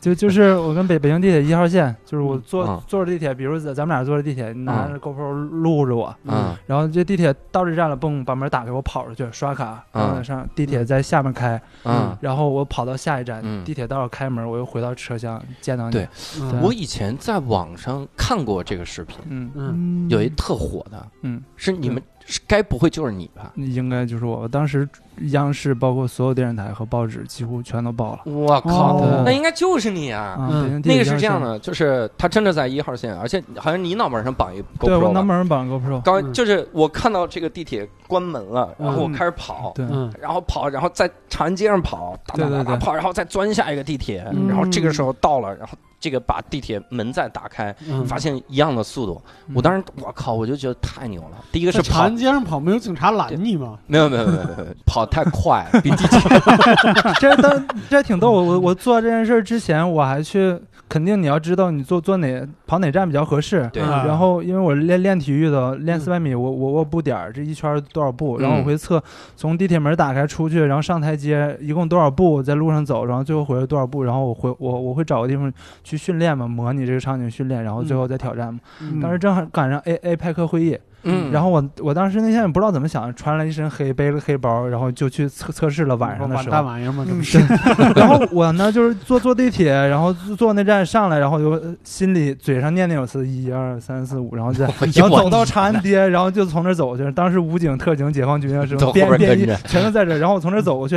就就是我跟北北京地铁一号线，就是我坐、嗯啊坐着地铁，比如咱咱们俩坐着地铁，你拿着 GoPro 录着我，嗯，然后这地铁到这站了，嘣，把门打开，我跑出去刷卡，嗯然后上地铁在下面开，嗯，然后我跑到下一站，嗯地铁到了开门，我又回到车厢见到你。对嗯我以前在网上看过这个视频，嗯嗯有一特火的，嗯，是你们是该不会就是你吧？应该就是我。我当时央视包括所有电视台和报纸几乎全都报了。我靠，哦那应该就是你啊！啊，嗯北京地那铁个是央视这样，的，就是他真的在一号线，而且好像你脑门上绑一对我 GoPro 拿吧。门绑 GoPro，刚嗯就是我看到这个地铁关门了，然后我开始跑，对，嗯然后跑，然后在长安街上跑，哒哒对哒对哒对跑，然后再钻下一个地铁，嗯然后这个时候到了，然后这个把地铁门再打开，嗯发现一样的速度。嗯我当时我靠，我就觉得太牛了。第一个在是长跑安，街上跑，没有警察拦你吗？没有没有没有没有没有，跑太快，比地铁 [LAUGHS] 这当这还挺逗。我我我做这件事儿之前，我还去，肯定你要知道你坐坐哪跑哪站比较合适。对啊然后因为我练练体育的，练嗯四百米，我我我步点儿这一圈儿多少步，然嗯后我会测从地铁门打开出去，然后上台阶一共多少步，在路上走，然后最后回来多少步，然后我回我我会找个地方去训练嘛，模拟这个场景训练，然后最后再挑战嘛。嗯当时正好赶上 A A 派克会议，嗯，然后我我当时那天也不知道怎么想，穿了一身黑，背了个黑包，然后就去测测试了晚上的完时蛋候。玩意儿嘛，这嗯不是 [LAUGHS] 然后我呢就是坐坐地铁，然后坐那站上来，然后就呃心里嘴上念念有词，一二三四五，然后 [LAUGHS] 再然后走到长安街，然后就从那儿走过去。当时武警、特警、解放军啊什 [LAUGHS] 都么后便边便跟衣着全都在这儿。然后我从这儿走 [LAUGHS] 过去，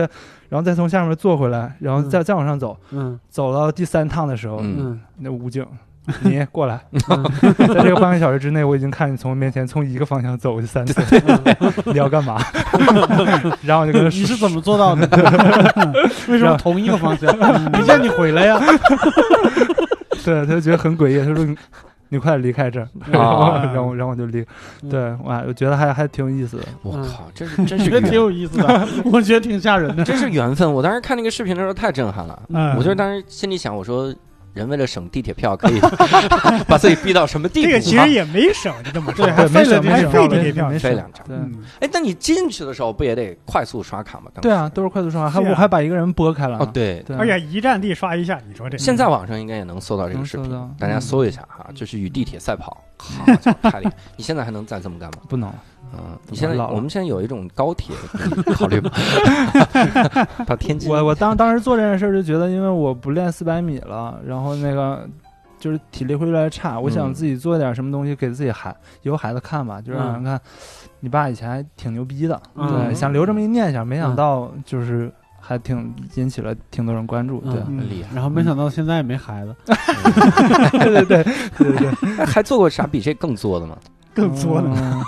然后再从下面坐回来，然后再再往上走，嗯走到第三趟的时候，嗯嗯嗯那武警你过来，在这个半个小时之内，我已经看你从面前从一个方向走过去 [LAUGHS] 三次，你要干嘛？ [LAUGHS] 然后我就跟他嗯你说，是怎么做到的？为什么同一个方向？你叫你回来呀！ [LAUGHS] 对，他就觉得很诡异，他说你你快点离开这儿， [LAUGHS] 然后然后然后我就离，对，哇，我觉得还还挺有意思的，我嗯靠，这是真我 [LAUGHS] 是觉得挺缘有意思的，我觉得挺吓人的。真是缘分。我当时看那个视频的时候太震撼了，嗯我就是当时心里想，我说人为了省地铁票，可 [LAUGHS] 以 [LAUGHS] 把自己逼到什么地步？这个其 [LAUGHS] 实也没省，就这么说对，。还没费了省没点省劲费儿了点票没飞省两张。对。嗯哎，那你进去的时候不也得快速刷卡吗？当时对啊，，都是快速刷卡，还是啊我还把一个人拨开了呢。哦对。对，啊而且一站地刷一下，你说这现在网上应该也能搜到这个能视搜频到，大家嗯搜一下哈，就是与地铁赛 [LAUGHS] 跑，好家伙太厉害！你现在还能再这么干吗？不能，嗯，你现在老了我们现在有一种高铁，你考 [LAUGHS] 虑吗？到天津，我我当当时做这件事儿就觉得，因为我不练四百米了，然后那个就是体力会越来越差，我想嗯自己做点什么东西给自己孩以后孩子看吧，就让人看，你爸以前还挺牛逼的，嗯对，想留这么一念想，没想到就是还挺引起了挺多人关注，对。嗯厉害然后没想到现在也没孩子， [LAUGHS] 对对对对对对，哎还做过啥比这更作的 [LAUGHS] 吗？更作了。嗯。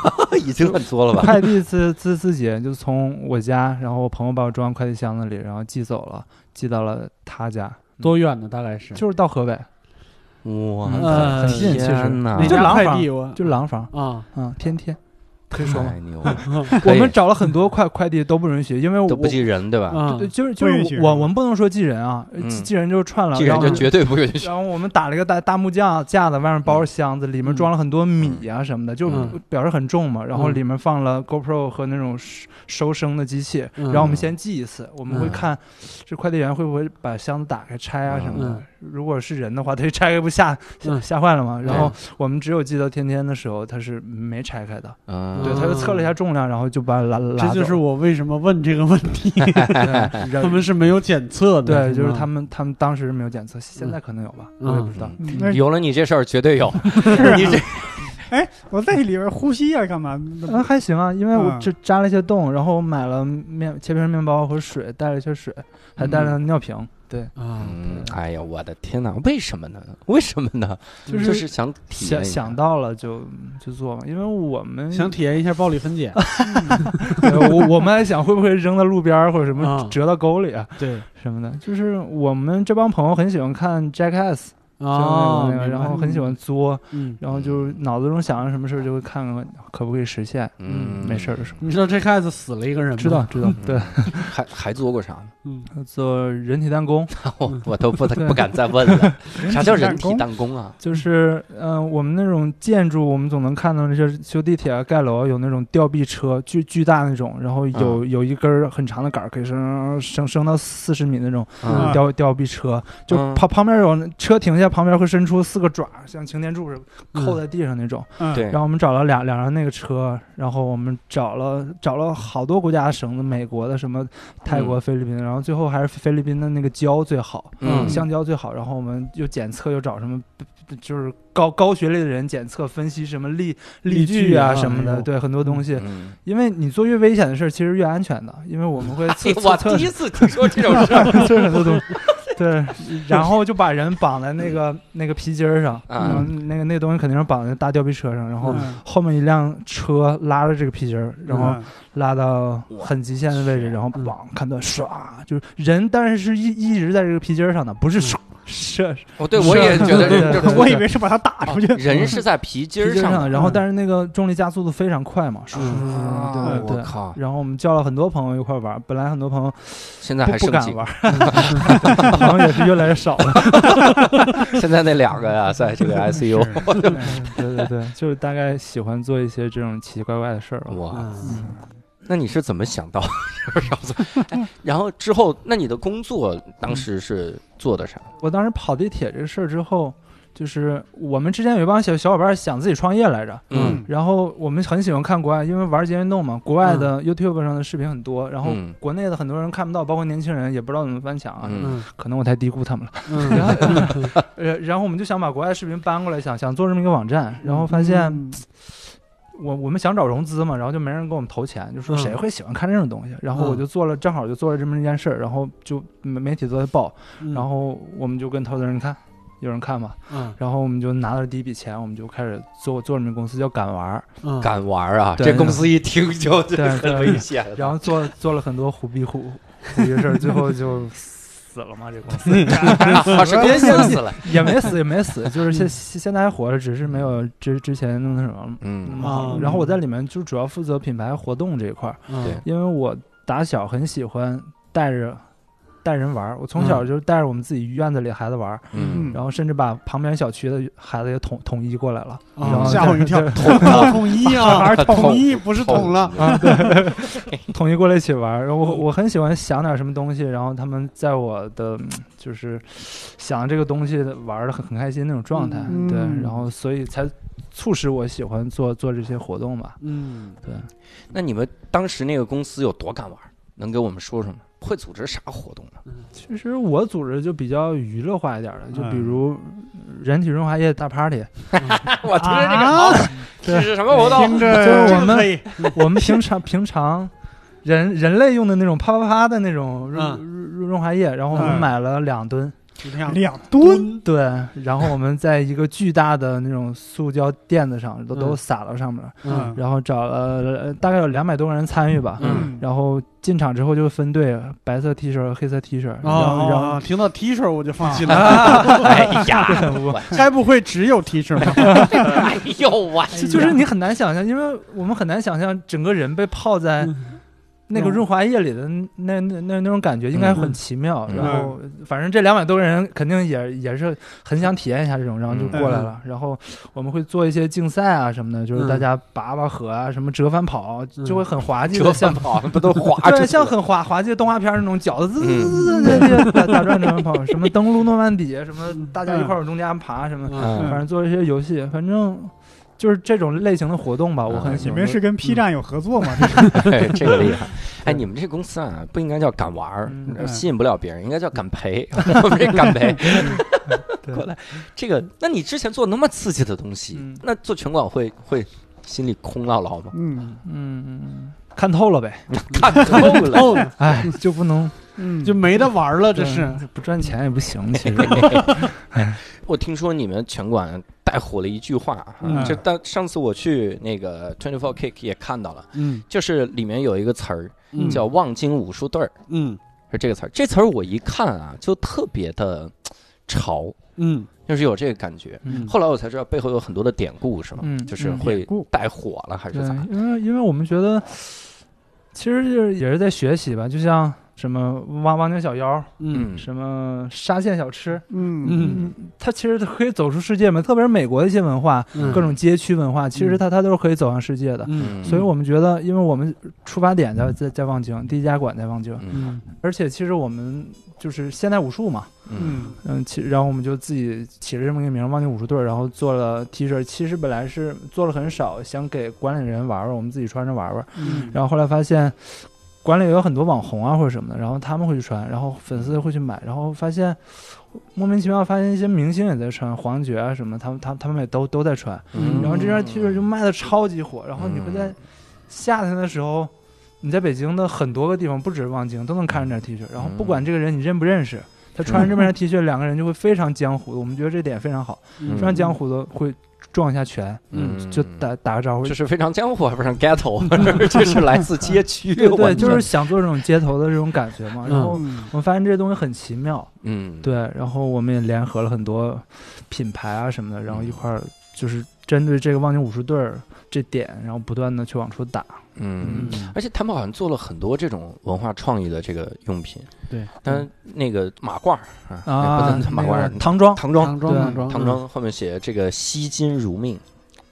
已经很作了吧？ [LAUGHS] 快递自自自己就从我家，然后我朋友把我装快递箱子里，然后寄走了，寄到了他家，嗯多远呢？大概是就是到河北，嗯哇，呃很近其实天哪哪，啊就家廊快坊递我就廊坊，啊，嗯，[LAUGHS] 天天。可以说吗太牛了，我可以们找了很多快快递都不允许，因为 [LAUGHS] 我都不记人对吧？啊对，就是就不允许是是吧我我们不能说寄人啊，呃嗯寄寄人就串了，记人然后就绝对不允许。 [LAUGHS] 然后我们打了一个大大木架架子，外面包着箱子，里面装了很多米啊什么的，就嗯表示很重嘛。嗯然后里面放了 GoPro 和那种收收声的机器，嗯然后我们先寄一次，我们会嗯看这快递员会不会把箱子打开拆啊什么的嗯。如果是人的话，他一拆开不吓吓嗯 [LAUGHS] 吓坏了吗？然后对我们只有寄到天天的时候，他是没拆开的，嗯，对，他就测了一下重量，然后就把它拉拉这走就是了我为什么问这个问题， [LAUGHS] [LAUGHS] 对他们是没有检测 [LAUGHS] 的，对，就是他们们他们当时没有检测，现嗯在可能有吧，我也不知道。嗯那有了你这事儿绝对 [LAUGHS] 有，你是这啊，哎，我在里边呼吸啊，干嘛？嗯，还行啊，因为我嗯就扎了一些洞，然后我买了面切片面包和水，带了一些水，还带了尿瓶。对，啊，嗯，哎呀，我的天哪，为什么呢？为什么呢？就是就是想体验想一下想到了就就做嘛，因为我们想体验一下暴力分 [LAUGHS] 解，对我我们还想会不会扔到路边儿或者什么啊折到沟里啊对什么的，就是我们这帮朋友很喜欢看 Jackass，啊就那个那，个然后很喜欢作，嗯，然后就是脑子中想着什么事儿就会看看可不可以实现，嗯，没事儿的时候。你知道这孩子死了一个人吗？知道 [LAUGHS] 知道，对，还还做过啥呢？嗯，做人体弹弓， [LAUGHS] 我我都不 [LAUGHS] 对不敢再问了，啥叫人人体体弹弓啊？就是，嗯、我们那种建筑，我们总能看到那些修地铁啊、盖楼啊，有那种吊臂车，巨巨大那种，然后嗯有、有一根儿很长的杆儿，可以升升升到四十米那种嗯啊吊吊臂车，就嗯旁旁边有车停下，旁边会伸出四个爪，像擎天柱似的扣在地上那种。嗯，对然，后我们找了两两辆那个车，然后我们找了找了好多国家的绳子，美国的什么、泰国、菲律宾，然后最后还是菲律宾的那个胶最好。嗯香蕉最好。然后我们又检测，又找什么，就是高高学历的人检测分析什么例例例句句啊啊什么哎的，呦对很多东西。嗯因为你做越危险的事儿，其实越安全的，因为我们会 [LAUGHS] 测哎测我测第一次听说 [LAUGHS] 这种事儿测很多东西。对，然后就把人绑在那个那个皮筋儿上，啊然后那个那个东西肯定是绑在大吊臂车上，然后嗯后面一辆车拉着这个皮筋儿，然后嗯拉到很极限的位置，然后嗯绑看断，唰，就是人，但是是一一直在这个皮筋儿上的，不是唰射哦，对我也觉得是啊这种我以为是把它打 [LAUGHS] 出去。 [LAUGHS] 人是在皮筋皮儿筋儿上的，然后但是那个重力加速度非常快嘛，唰啊嗯对我对。靠，然后我们叫了很多朋友一块儿玩儿，本来很多朋友现在还不不生敢气，玩儿， [LAUGHS] 朋友也是越来越少了。 [LAUGHS] 现在那两个呀，在这 [LAUGHS] 个 ICU，对对对，就是大概喜欢做一些这种奇奇怪怪的事儿吧。哇，嗯那你是怎么想到 [LAUGHS] 然后做哎然后之后，那你的工作当时是做的啥？我当时跑地铁这个事儿之后，就是我们之前有一帮小小伙伴儿想自己创业来着，嗯然后我们很喜欢看国外，因为玩儿捷运动嘛，国外的 YouTube 上的视频很多，然后嗯国内的很多人看不到，包括年轻人也不知道怎么翻墙啊，嗯嗯可能我太低估他们了。嗯呃，然后我们就想把国外视频搬过来，想想做这么一个网站， [LAUGHS] 然后发现嗯我我们想找融资嘛，然后就没人给我们投钱，就说嗯谁会喜欢看这种东西？然后嗯我就做了，正好就做了这么一件事儿，然后就媒媒体都在报，嗯，然后我们就跟投资人看，有人看吗？嗯然后我们就拿到第一笔钱，我们就开始做做这么一个公司叫敢玩儿，嗯，敢玩啊！对这公司一听就就对对很危险 [LAUGHS] 了。然后做做了很多虎逼虎虎逼的事儿，最后就 [LAUGHS] 死了嘛，这公司啊， [LAUGHS] 是别心思了。 [LAUGHS] 也没死也没死，就是嗯现现现在还活着，只是没有之之前那么什么。嗯啊嗯，然后我在里面就主要负责品牌活动这一块儿，嗯对因为我打小很喜欢带着带人玩儿，我从小嗯就是带着我们自己院子里孩子玩儿，嗯，然后甚至把旁边小区的孩子也统统一过来了，啊然后吓我一嗯跳， [LAUGHS] 捅 [LAUGHS] 统统一啊，还是统统一不是统了，啊，对， [LAUGHS] 统一过来一起玩儿。然后我我很喜欢想点什么东西，然后他们在我的嗯就是想这个东西玩的很很开心那种状态，嗯对，然后所以才促使我喜欢做做这些活动吧。嗯，对，那你们当时那个公司有多敢玩？能给我们说说吗？会组织啥活动 [LAUGHS] 呢？其实我组织就比较娱乐化一点的，就比嗯如人体润滑液大 party，我听着这个好啊，这是什么活嗯动？听就是我着们 [LAUGHS] 我们平常平常人人类用的那种啪啪啪的那种润嗯润润滑液，然后我们嗯买了两吨，你啊看两吨，对，然后我们在一个巨大的那种塑胶垫子上都嗯都撒到上面了，嗯然后找了呃大概有两百多个人参与吧。嗯然后进场之后就分队，白色 T 恤和黑色 T 恤，然后然后啊，听到 T 恤我就放心了， [LAUGHS] 哎呀，该不会只有 T 恤吧？ [LAUGHS] [LAUGHS] 哎呦我去，就是你很难想象，因为我们很难想象整个人被泡在那个润滑液里的那那那那种感觉，应该很奇妙。嗯然后，反正这两百多个人肯定也也是很想体验一下这种，然后就嗯过来了。然后我们会做一些竞赛啊什么的，就是大家拔拔河啊，什么折返跑，嗯就会很滑稽折的，返像跑不都滑对，着？像很滑滑稽的动画片那种饺嗯子滋滋滋滋滋滋打打转折返跑，什么登陆诺曼底，啊什么大家一块儿往中间爬什么。嗯反正做一些游戏，反正就是这种类型的活动吧，我很喜哎你欢。们是跟 P 站有合作吗？这是哎这个厉害！哎，你们这公司啊，不应该叫敢玩儿嗯，呃吸引不了别人，应该叫敢赔。 [LAUGHS] 我们这敢赔 [LAUGHS] 对过来，这个，那你之前做那么刺激的东西嗯，那做拳馆会会心里空落落 [LAUGHS] 吗？嗯嗯嗯，看透了呗，看透 [LAUGHS] 了，够了，哎，就不能嗯，就没得玩了，这对嗯是不赚钱也 [LAUGHS] 不行，其实 [LAUGHS] 我听说你们拳馆带火了一句话啊，嗯就当上次我去那个 Twenty Four Kick 也看到了，嗯就是里面有一个词儿嗯叫“望京武术队儿嗯”，是这个词儿。这词儿我一看啊，就特别的潮，嗯就是有这个感觉。嗯后来我才知道背后有很多的典故，是吗？嗯就是嗯会典故带火了还是对咋？，因为因为我们觉得，其实就是也是在学习吧，就像什么汪汪江小腰，嗯什么沙县小吃，嗯嗯，它其实可以走出世界嘛，特别是美国的一些文化，嗯各种街区文化，其实它它都是可以走向世界的。嗯所以我们觉得，因为我们出发点在在在望京，第一家馆在望京，嗯嗯而且其实我们就是现代武术嘛，嗯嗯嗯，其然后我们就自己起了这么一个名儿，望京武术队儿，然后做了 T 恤，其实本来是做了很少，想给管理人玩玩，我们自己穿着玩玩，嗯然后后来发现。管理有很多网红啊或者什么的，然后他们会去穿，然后粉丝会去买，然后发现莫名其妙发现一些明星也在穿，黄觉啊什么，他们他们他们也都都在穿，嗯然后这件 T 恤就卖的超级火，然后你会在夏天的时候，你在北京的很多个地方，不只是望京，都能看着这件 T 恤。然后不嗯管这个人你认不认识，他穿着这件 T 恤，两个人就会非常江湖的。我们觉得这点非常好，非常江湖的会撞一下拳，嗯就打打个招呼这。是非常江湖，不是 ghetto，这 [LAUGHS] 是来自街区， [LAUGHS] 对对，我就是想做这种街头的这种感觉嘛。然后我们发现这些东西很奇妙，嗯，对，然后我们也联合了很多品牌啊什么的，然嗯后一块儿就是针对这个望京武术队儿这点，然后不断的去往出打。嗯嗯。而且他们好像做了很多这种文化创意的这个用品，对，但那个马褂儿啊，嗯啊，不能叫马褂儿嗯那个，唐装，唐装，唐装对唐装唐装后面写这个惜金如命，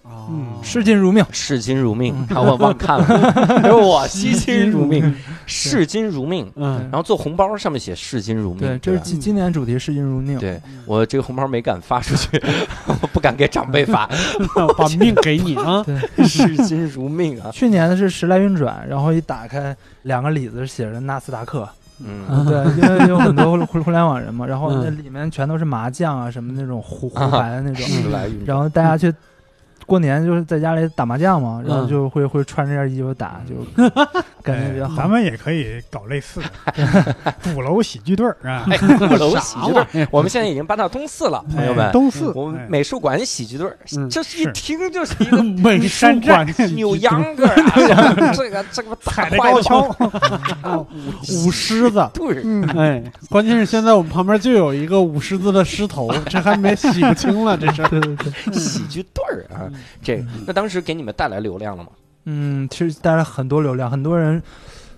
哦视金如命。视金如命，看我忘看了，就是我惜金如命，视金如命，嗯然后做红包上面写视金如命，对，这是吧今今年主题视金如命。嗯对我这个红包没敢发出去， [LAUGHS] 我不敢给长辈发， [LAUGHS] 把命给你 [LAUGHS] 啊，视金如命啊。去年是时来运转，然后一打开两个里子写着纳斯达克，嗯，对，因为有很多互互联网人嘛，然后嗯那里面全都是麻将啊什么那种胡胡牌的那种，时来运转，然后大家去过年就是在家里打麻将嘛，然后嗯就会会穿这件衣服打，就感觉比较哎好。咱们也可以搞类似的鼓楼喜剧队儿啊，哎，鼓楼喜啥剧玩队儿，意儿？我们现在已经搬到东四了，朋友们。哎东四，我们哎美术馆喜剧队儿，嗯就是一是听就是一个美术哎山寨馆扭秧歌儿啊，这个这个踩大着快高跑。跷，舞狮子对，嗯，哎，关键是现在我们旁边就有一个舞狮子的狮头，这还没洗不清了，这是。对对对，喜剧队儿啊，这那当时给你们带来流量了吗？嗯，其实带来很多流量，很多人，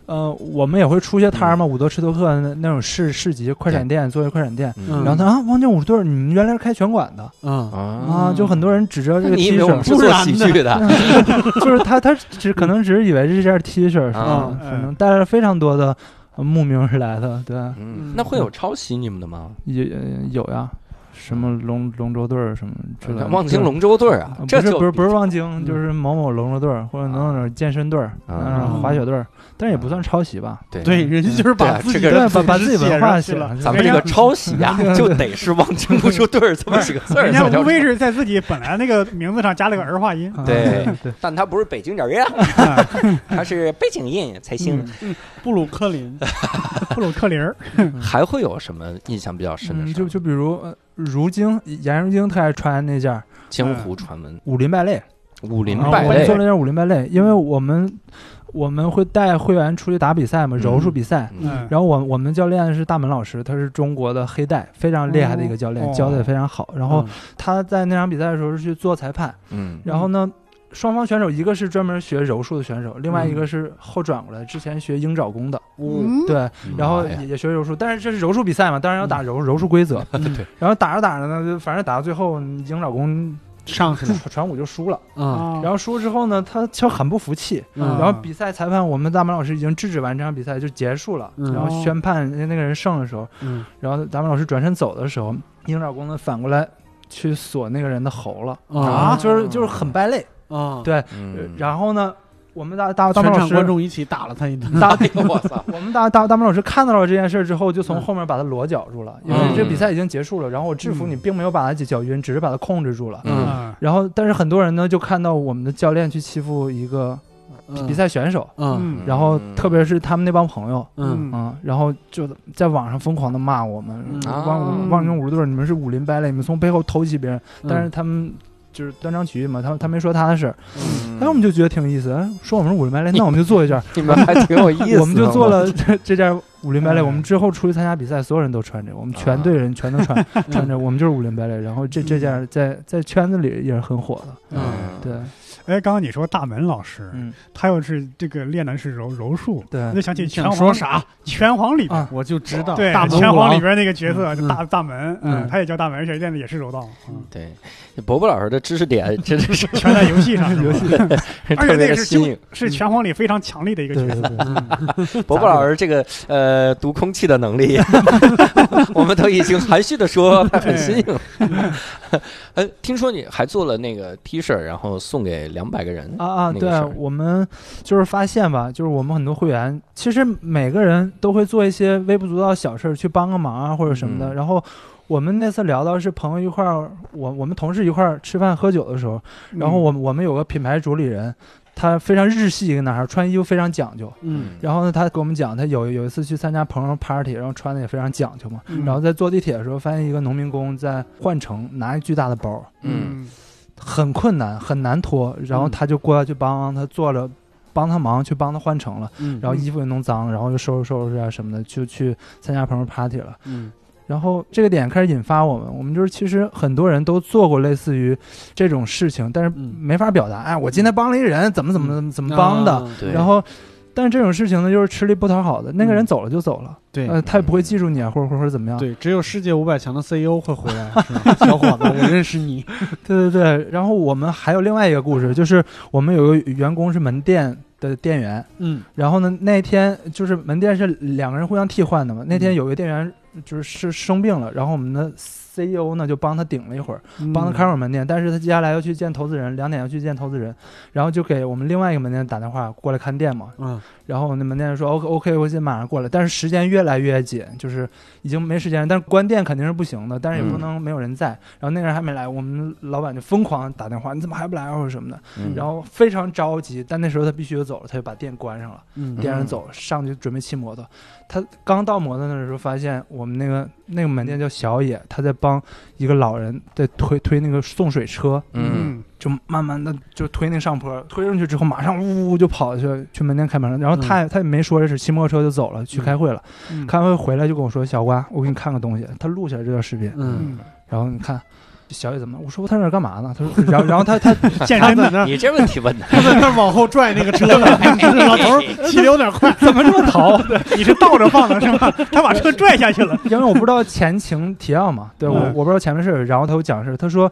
呃，我们也会出些摊儿嘛，嗯伍德吃多克那那种市市集快闪店，做一快闪店。嗯然后他啊，汪建武队，你们原来是开拳馆的嗯，啊，啊？就很多人指着这个你以 T 为我们 [LAUGHS] 恤，是啊做喜剧的？ [LAUGHS] 就是他他只可能只是以为是这件 T 恤是吧啊？反正带来非常多的呃慕名而来的，对，啊嗯，那会有抄袭你们的吗？也呃有呀，什么龙龙舟队儿什么之类的。望京就是龙舟队儿啊啊，这不是就不是不是望嗯京，就是某某龙舟队儿或者某某健身队儿，啊嗯，滑雪队儿，但是也不算抄袭吧？对对，，人家就是把自己对对啊的，把把组织自己写文上化去写了。上去咱们这个抄袭 [LAUGHS] 呀，就得是望京龙舟队儿这么几个字儿 [LAUGHS] 人家才叫无非是在自己本来那个名字上加了个儿化 [LAUGHS] 音，啊对对，但它不是北京 [LAUGHS] 人啊啊，它是背景音才行。嗯布鲁克林，布鲁克林儿，还会有什么印象比较深的嗯，事儿？就就比如呃如今颜如晶特爱穿那件儿江湖传闻，武林败类，武林啊败我们做类嗯了，件武林败类，因为我们我们会带会员出去打比赛嘛，嗯柔术比赛。嗯，然后我我们教练是大门老师，他是中国的黑带，非常厉害的一个教哦练，教的也非常好。嗯然哦后他在那场比赛的时候是去做裁判，嗯然后呢，双方选手一个是专门学柔术的选手，另外一嗯个是后转过来，之前学鹰爪功的，嗯，对，然后哎妈呀也也学柔术，但是这是柔术比赛嘛，当然要打柔柔术规则。嗯 [LAUGHS] 对然后打着打着呢，就反正打到最后，鹰 [LAUGHS] 爪功上 [LAUGHS] 去了传武就输了。啊，然然后输之后呢，他就很不服气。嗯然后比赛裁判，我们大满老师已经制止完这场比赛就结束了。嗯然后宣判哎那个人胜的时候，嗯然后咱们老师转身走的时候，鹰爪功呢反过来去锁那个人的喉了啊就是就是很败类。啊，对，啊嗯 [LAUGHS] 然后呢，我们大大大全门老场观师，众一起打了他一顿。大哎呦我操！我们大大大门老师看到了这件事之后，嗯就从后面把他裸绞住了，因为这比赛已经结束了。然后我制服嗯你，并没有把他绞晕，只是把他控制住了。嗯啊，然后，但是很多人呢，就看到我们的教练去欺负一个嗯比，赛选手，嗯嗯然后特别是他们那帮朋友，嗯嗯，然后就在网上疯狂的骂我们嗯，啊望望京武术队，你们是武林败类，你们从背后偷袭别人，嗯但是他们。就是断章取义嘛，他他没说他的事儿，嗯哎，我们就觉得挺有意思，哎说我们是武林败类，那我们就做一件， [LAUGHS] 你们还挺有意思的，我们就做了这这件武林败类。嗯我们之后出去参加比赛，所有人都穿着，我们全队人全都 [LAUGHS] 穿穿着，我们就是武林败类。然后这这件在在圈子里也是很火的，嗯，对，哎，刚刚你说大门老师，嗯，他又是这个练的是柔柔术，我就对，想起拳想皇说啥？拳皇里边啊。我就知道，对大门拳五皇郎里边那个角色嗯就大大门，嗯，嗯他也叫大门，而且练的也是柔道，嗯对，伯伯老师的知识点 [LAUGHS] 真的是全在游戏上，游戏，而且特别那个的是新经颖。是拳皇里非常强力的一个对角对色，对，伯伯老师这个呃读空气的能力， [LAUGHS] 我们都已经含蓄的说他很新 [LAUGHS] 颖。呃，听说你还做了那个 T 恤，然后送给两百个人啊啊，那个对事儿，我们就是发现吧，就是我们很多会员，其实每个人都会做一些微不足道的小事儿，去帮个忙啊或者什么的。嗯然后我们那次聊到是朋友一块儿，我我们同事一块儿吃饭喝酒的时候，然后嗯我们我们有个品牌主理人，他非常日系一个男孩，穿衣服非常讲究。嗯然后呢，他给我们讲，他有有一次去参加朋友 party，然后穿的也非常讲究嘛。嗯然后在坐地铁的时候，发现一个农民工在换乘，拿一巨大的包，嗯，很困难，很难拖。然后嗯他就过来去帮他做了，帮他忙，去帮他换乘了。嗯，然后衣服也弄脏，然后又收拾收拾啊什么的，就去参加朋友 party 了。嗯然后这个点开始引发我们，我们就是其实很多人都做过类似于这种事情，但是嗯没法表达。哎，我今天帮了一人，怎么怎么怎么怎么帮的。啊对，然后，但是这种事情呢，就是吃力不讨好的。那个人走了就走了，嗯对呃，他也不会记住你啊，或者或者或者怎么样。对，只有世界五百强的 CEO 会回来，是 [LAUGHS] 吧？小伙子，我认识你。对对对。然后我们还有另外一个嗯故事，就是我们有个员工是门店的店员，嗯然后呢，那天就是门店是两个人互相替换的嘛。那天嗯有个店员就是生病了，然后我们的 CEO 呢就帮他顶了一会儿，嗯帮他开会儿门店。但是他接下来要去见投资人，两点要去见投资人，然后就给我们另外一个门店打电话过来看店嘛。嗯然后那门店说 OK OK，我现在马上过来，但是时间越来越紧，就是已经没时间，但是关店肯定是不行的，但是也不嗯能没有人在。然后那个人还没来，我们老板就疯狂打电话，你怎么还不来啊或者什么的，嗯然后非常着急。但那时候他必须就走了，他就把店关上了。嗯店上走上去准备骑摩托，他刚到摩托那儿的时候，发现我们那个那个门店叫小野，他在帮一个老人在推推那个送水车，嗯就慢慢的就推那上坡，推上去之后马上呜呜就跑去去门店开门了，然后他也、他也没说这是骑摩托车就走了去开会了，嗯开完会回来就跟我说小瓜，我给你看个东西，他录下来这段视频，嗯，然后你看小野怎么了，我说他在那儿干嘛呢？他说然后然后他他健身的嗯，你这问题问的，[LAUGHS] 他在那儿往后拽那个车呢， [LAUGHS] 老头儿骑的有点快，怎么这么 [LAUGHS] 淘？你是倒着放的是 [LAUGHS] 吧？他把车拽下去了。因为我不知道前情提要嘛，对我嗯我不知道前面事儿，然后他给我讲事儿，他说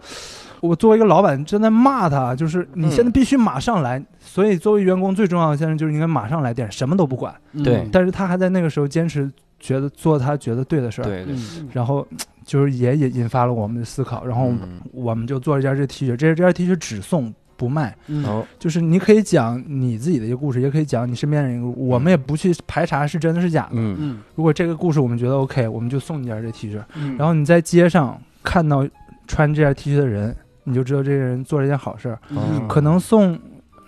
我作为一个老板正在骂他，就是你嗯现在必须马上来，所以作为员工最重要的现在就是应该马上来点，什么都不管。嗯对但是他还在那个时候坚持觉得做他觉得 [LAUGHS] 对的事儿，对对，嗯然后嘖就是也也引发了我们的思考，然后嗯我们就做了一件这 T 恤，这这件 T 恤只送不卖，然嗯后就是你可以讲你自己的一个故事，也可以讲你身边的人一个故事，我们也不去排查是真的是假的。嗯嗯如果这个故事我们觉得 OK，我们就送你件这 T 恤。然嗯然后你在街上看到穿这件 T 恤的人，你就知道这个人做了一件好事儿。嗯可能送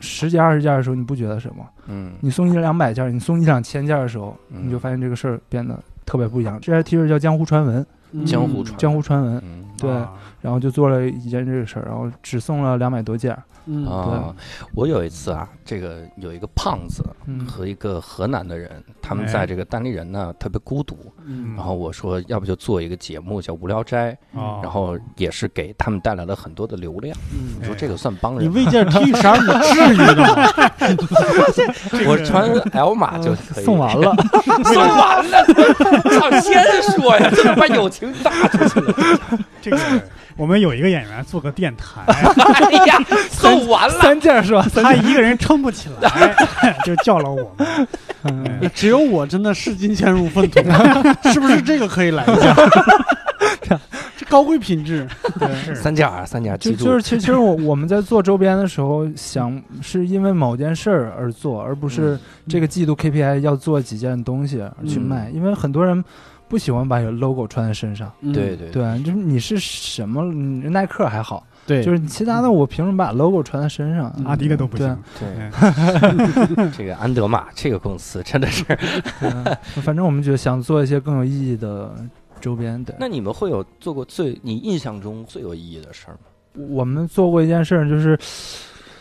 十件、二十件的时候，你不觉得什么；嗯你送一两百件，你送一两千件的时候，嗯你就发现这个事儿变得特别不一样。这件 T 恤叫江湖传闻，嗯江湖传江湖传闻，嗯对然后就做了一件这个事儿，然后只送了两百多件儿。嗯啊，我有一次啊，这个有一个胖子嗯，和一个河南的人，哎他们在这个单立人呢特别孤独，嗯然后我说要不就做一个节目叫《无聊斋》，哦然后也是给他们带来了很多的流量。哎你说这个算帮你人吗？为件 T 恤衫，你至于的吗？我穿 L 码就可以呃送完了， [LAUGHS] 送完了，操，先说呀，这他妈友情大出去 [LAUGHS] 了。这个我们有一个演员做个电台，哎呀，送完了，三件儿是吧？三他一个人撑不起来，就叫了我们。嗯， [LAUGHS] 只有我真的视金钱如粪土， [LAUGHS] 是不是这个可以来一下？ [LAUGHS] 这高贵品质，是三件啊，三件，就记住，就是其实其实我我们在做周边的时候，想是因为某件事儿而做，而不是这个季度 KPI 要做几件东西而去卖，因为很多人不喜欢把有 logo 穿在身上。嗯对对对，啊，就是你是什么，你耐克还好，对就是其他的我凭什么把 logo 穿在身上？嗯阿迪哥都不对行，对， [LAUGHS] 这个安德玛这个公司真的是。嗯反正我们觉得想做一些更有意义的周边。对，那你们会有做过最你印象中最有意义的事儿吗？我们做过一件事儿，就是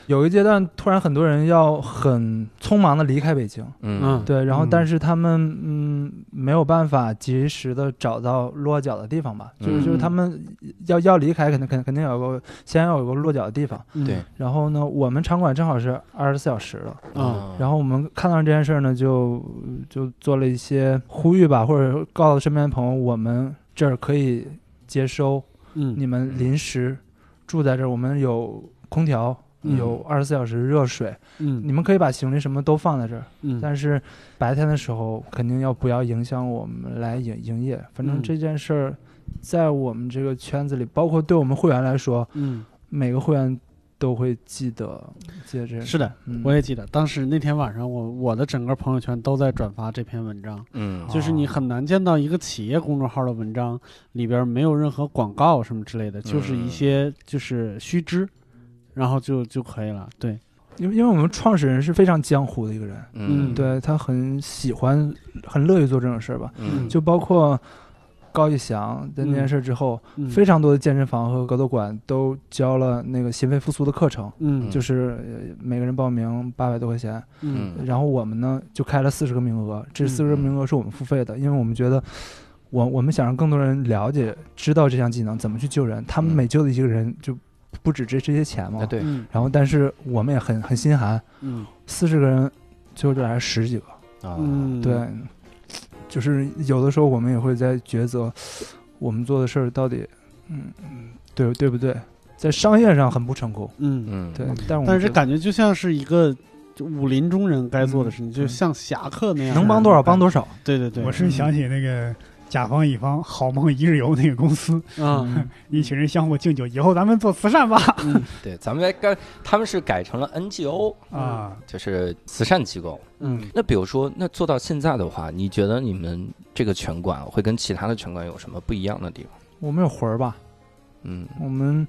有一阶段突然很多人要很匆忙的离开北京。嗯对，然后嗯但是他们嗯没有办法及时的找到落脚的地方吧，就是就是他嗯们要要离开，肯定肯肯定有个先要有个落脚的地方。对然后呢，我们场馆正好是二十四小时的，啊，后然后我们看到这件事儿呢，就就做了一些呼吁吧，或者告诉身边的朋友，我们这儿可以接收嗯你们临时住在这儿，我们有空调，嗯有二十四小时热水，嗯你们可以把行李什么都放在这儿。嗯，但是白天的时候肯定要不要影响我们来营营业。反正嗯这件事儿，在我们这个圈子里，包括对我们会员来说，嗯，每个会员都会记得记得这件事。是的，嗯，我也记得，当时那天晚上我，我的整个朋友圈都在转发这篇文章，哦嗯就是你很难见到一个企业公众号的文章里边没有任何广告什么之类的，就是一嗯些就是须知，然后就就可以了。对，因为因为我们创始人是非常江湖的一个人，嗯嗯对他很喜欢、很乐于做这种事儿吧。嗯就包括高以翔的那件嗯事儿之后，嗯非常多的健身房和格斗馆都教了那个心肺复苏的课程，嗯就是呃每个人报名八百多块钱。嗯嗯然后我们呢就开了四十个名额，这嗯四十个名额是我们付费的，因为我们觉得我我们想让更多人了解、知道这项技能怎么去救人，他们嗯每救的一个人就不止这这些钱嘛。啊对，嗯然后，但是我们也很很心寒，嗯四十个人最后就来了十几个，啊嗯，对，就是有的时候我们也会在抉择我们做的事儿到底，嗯，嗯对对不对，在商业上很不成功，嗯，嗯对，但我们但是觉得感觉就像是一个就武林中人该做的事情，嗯就像侠客那样，能帮多少帮多少。少，对对对，我是想起那个甲方乙方好梦一日游那个公司，嗯啊，一群人相互敬酒，以后咱们做慈善吧对，咱们来干，他们是改成了 NGO，啊，就是慈善机构。嗯，那比如说，那做到现在的话，你觉得你们这个拳馆会跟其他的拳馆有什么不一样的地方？我们有魂儿吧？嗯，我们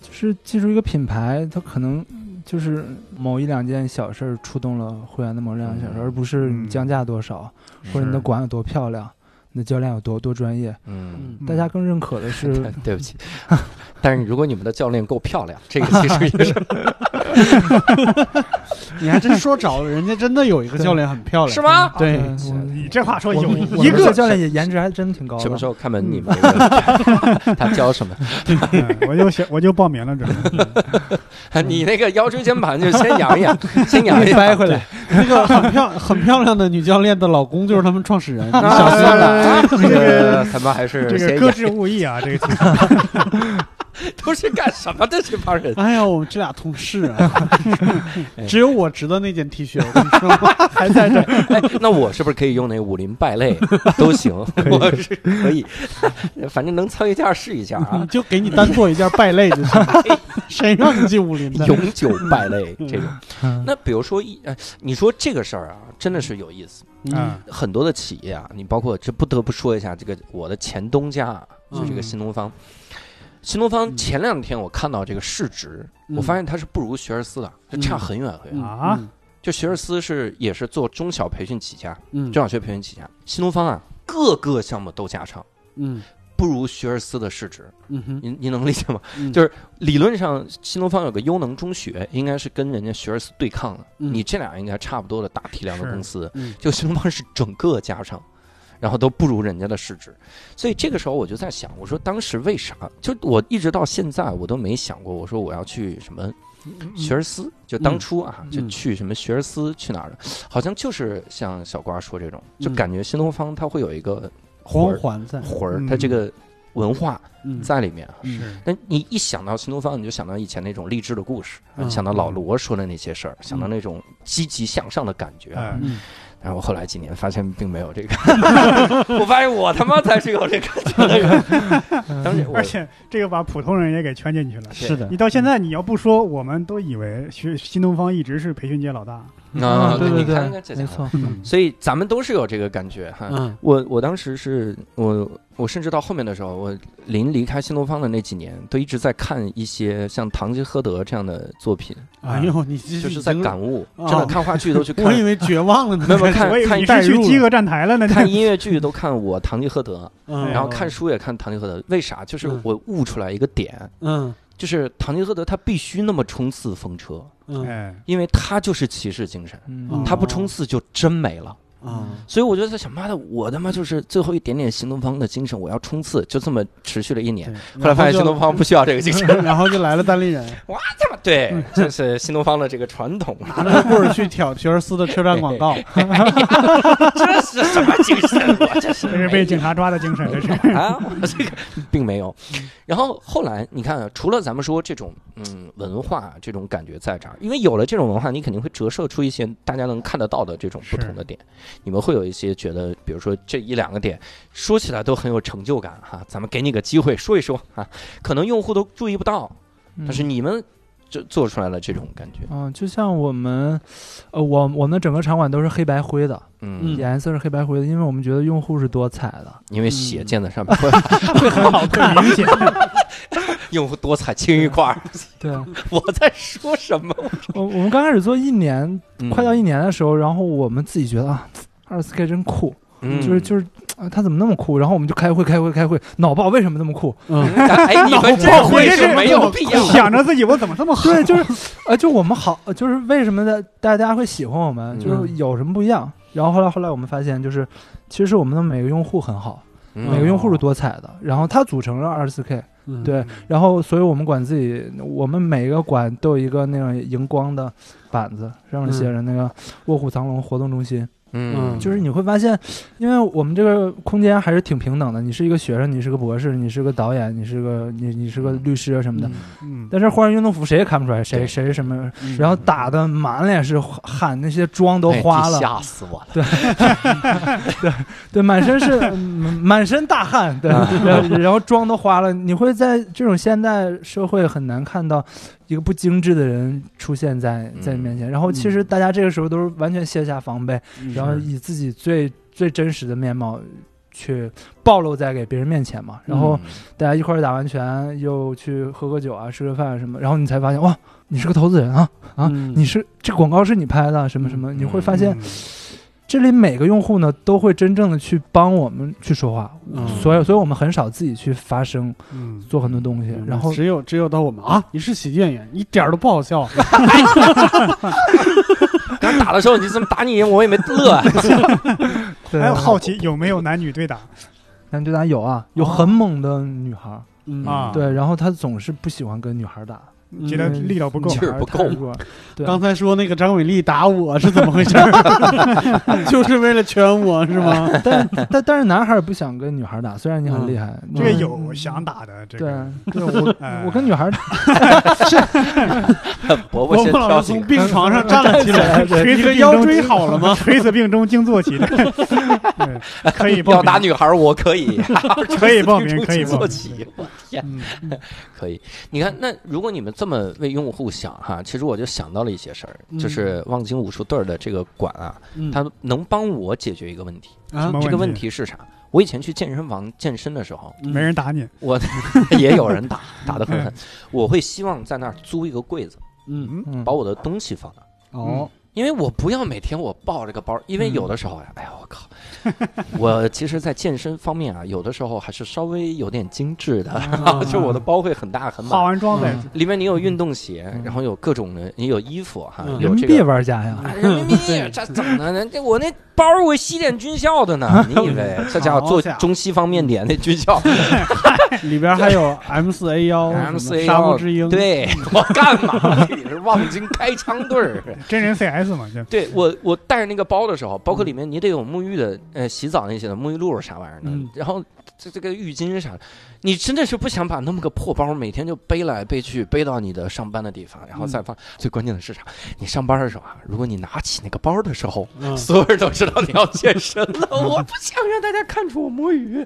就是记住一个品牌，它可能就是某一两件小事儿触动了会员的某两件小事，嗯而不是你降价多少，或者你的是馆有多漂亮，你的教练有多多专业。 [LAUGHS] 嗯，嗯大家更认可的是 [LAUGHS] 对对不起，但是如果你们的教练够漂亮，这个其实也是你还真说着了，人家真的有一个教练很漂 [LAUGHS] 亮，是吗？对嗯是 [LAUGHS] 我你这话说我有们我一们的个教练也颜值还真挺高的。什么时候看门嗯你们这个？ [LAUGHS] 他教什么？嗯我就选我就报名了，这你那个腰椎间盘就先养 [LAUGHS] 一养，先 [LAUGHS] 养一给养，掰回来， [LAUGHS] 那个很漂很漂亮的女教练的老公就是他们创 [LAUGHS] 始人，你啊小心了。 [LAUGHS] [LAUGHS] 这个咱们还是这先个搁置勿议啊，这个题都是干什么的这帮人？，哎呀，我们这俩同事啊只有我值得那件 T 恤，我跟你 [LAUGHS] 说吗，还在这儿。哎，那我是不是可以用那武林败 [LAUGHS] 类都行？我是可以，反正能蹭一下是一下你啊。就给你单做一件败类就行， [LAUGHS] 谁让你进武林的？永久败类这种，嗯那比如说一，哎，你说这个事儿啊，真的是有意思。嗯啊，很多的企业啊，你包括这不得不说一下，这个我的前东家啊，就这个嗯新东方。新东方嗯前两天我看到这个市值，嗯我发现它是不如学而思的，就差嗯很远很远。嗯啊，就学而思是也是做中小培训起家，嗯中小学培训起家。新东方啊，各个项目都加长，嗯不如学而思的市值。嗯哼，您您能理解吗？ [LAUGHS] 嗯就是理论上，新东方有个优能中学，应该是跟人家学而思对抗的。嗯你这俩应该差不多的大体量的是公司，嗯就新东方是整个加上，然后都不如人家的市值。所以这个时候我就在想，我说当时为啥？就我一直到现在我都没想过，我说我要去什么嗯学而思。就当初啊，嗯就去什么学而思去哪儿了？好像就是像小瓜说这种，就嗯感觉新东方它会有一个光环在，魂儿，嗯它这个文化嗯在里面啊。嗯是但你一想到新东方，你就想到以前那种励志的故事，啊嗯想到老罗说的那些事儿，想到那种积极向上的感觉啊。嗯嗯然后我后来几年发现并没有这个，我发现我他妈才是有这感觉的人。嗯当时我而且这个把普通人也给圈进去了。是的你，到现在你要不说，我们都以为学新东方一直是培训界老大。啊， [LAUGHS] 对你对看看对这，家没伙错，嗯所以咱们都是有这个感觉哈。嗯我我当时是我我甚至到后面的时候，我临离开新东方的那几年，都一直在看一些像《唐吉诃德》这样的作品，哎呦，你这啊就是在感，悟，啊真的看话剧都 [LAUGHS] 去看我以为绝望了呢。没有没有看我以为看你代是去入饥饿站台了 [LAUGHS] 呢，看音乐剧都看我《唐吉诃 [LAUGHS] 德嗯》，然后看书也看《唐吉诃德》，为啥？就是嗯我悟出来一个点，嗯就是《唐吉诃德》他必须那么冲刺风车，嗯哎，因为他就是骑士精神，哦嗯，他不冲刺就真没了。啊所以我就在想，妈的，我他妈就是最后一点点新东方的精神，我要冲刺，就这么持续了一年。后来发现新东方不需要这个精神， [LAUGHS] 然后就来了单立人， [LAUGHS] [LAUGHS] 对，这是新东方的这个传 [LAUGHS] 统，拿着棍儿去挑学而思的车站广 [LAUGHS] 告，这是什么精神？我 [LAUGHS] 这是这是被警察抓的精 [LAUGHS] 神，这是。啊，我这个并没有。然后后来你看，啊，除了咱们说这种嗯文化这种感觉在这儿，因为有了这种文化，你肯定会折射出一些大家能看得到的这种不同的点。你们会有一些觉得，比如说这一两个点说起来都很有成就感哈、咱们给你个机会说一说哈、可能用户都注意不到，嗯但是你们就做出来了这种感觉，嗯，就像我们，呃，我我们的整个场馆都是黑白灰的，嗯，颜色是黑白灰的，因为我们觉得用户是多彩的。因为血溅在上面， [LAUGHS] 会很 [LAUGHS] 好，会明显。用户多彩青一块儿，对， [LAUGHS] 我在说什么？ [LAUGHS] 我我们刚开始做一年，嗯快到一年的时候，然后我们自己觉得啊，二十四 K 真酷，嗯就是就是。啊，它怎么那么酷？然后我们就开会，开会，开会，脑爆为什么那么酷？嗯哎，你们这会是没有必要。想着自己我怎么这么好，[LAUGHS] 对，就是，呃，就我们好，呃就是为什么的大家会喜欢我们，就是嗯有什么不一样？然后后来后来我们发现，就是其实我们的每个用户很好，嗯每个用户是多彩的，然后它组成了二十四 K，嗯对，然后所以我们管自己，我们每个馆都有一个那种荧光的板子，上面写着那个卧虎藏龙活动中心，嗯，嗯就是你会发现，因为我们这个空间还是挺平等的。你是一个学生，你是个博士，你是个导演，你是个你你是个律师啊什么的。 [LAUGHS] 嗯，但是换上运动服谁也看不出来谁对谁是什么，嗯然后打的满脸是汗，那些妆都哎这花了，吓死我了。对，满身是嗯满身大汗，对， [LAUGHS] 然后然后妆都花了。你会在这种现代社会很难看到一个不精致的人出现在在你面前。然后其实大家这个时候都是完全卸下防备，嗯嗯然后以自己最最真实的面貌去暴露在给别人面前嘛。然后嗯大家一块儿打完拳，又去喝个酒啊，吃个饭什么，然后你才发现哇，你是个投资人啊，啊嗯你是这广告是你拍的，什么什么，你会发现。嗯这里每个用户呢都会真正的去帮我们去说话，嗯所以所以我们很少自己去发声嗯，做很多东西，然后只有只有到我们啊，你是喜剧演员，一点儿都不好 [LAUGHS] 笑，刚打的时候，你怎么打你？我也没乐啊。对还有好奇有没有男女对打男对打有啊，有很猛的女孩儿，嗯啊？，对，然后他总是不喜欢跟女孩儿打，觉得力道不够女。劲儿孩不太够弱，对刚才说那个张伟丽打我是怎么回事？ [LAUGHS] [LAUGHS] 就是为了圈我是 [LAUGHS] 吗？但 [LAUGHS] 但但是男孩儿不想跟女孩儿打，虽然你很厉害，这个嗯有想打的，这对个对，我哎我跟女孩儿伯伯伯先伯挑老师几从个，病 [LAUGHS] 床上站 [LAUGHS] 了起来，垂你死的病腰中椎好了 [LAUGHS] 吗？垂死病中惊坐 [LAUGHS] 起，对可以不要打，女孩儿，我可以，可以报 [LAUGHS] 名，可以报坐名。起。嗯 [LAUGHS] 可以，你看，那如果你们这么为用户想哈，其实我就想到了一些事儿，就嗯是望京武术队儿的这个馆啊，嗯它能帮我解决一个问题。什啊么这个问问题是啥？我以前去健身房健身的时候，嗯没人打你，我 [LAUGHS] 也有人打，打得很狠。我会希望在那儿租一个柜子，嗯嗯，嗯把我的东西放那儿，哦因为我不要每天我抱着个包，因为有的时候呀，哎呀，我靠， [LAUGHS] 我其实，在健身方面啊，有的时候还是稍微有点精致的，然后 [LAUGHS] 就我的包会很大很满化。完妆再里面你有运动鞋，嗯然后有各种的，你有衣服哈，嗯有人民这币个。玩家呀，啊人民币这怎么呢？这我那包儿我西点军校的呢，你以为这家伙做好家伙中西方面点那军校 [LAUGHS] 里边还有 M 四 A 幺、 M 什么四 A 沙幺漠之鹰，， [LAUGHS] 对我干嘛？这里是望京开枪队儿。啊真人 CS 嘛，就对我，我带着那个包的时候，包括里面你得有沐浴的，呃，洗澡那些的沐浴露啥玩意儿的，嗯然后这这个浴巾啥的，你真的是不想把那么个破包每天就背来背去，背到你的上班的地方，然后嗯再放。最关键的是啥？你上班的时候啊，如果你拿起那个包的时候，嗯 [LAUGHS] 所有人都知道你要健身了， [LAUGHS] 我不想让大家看出我摸鱼，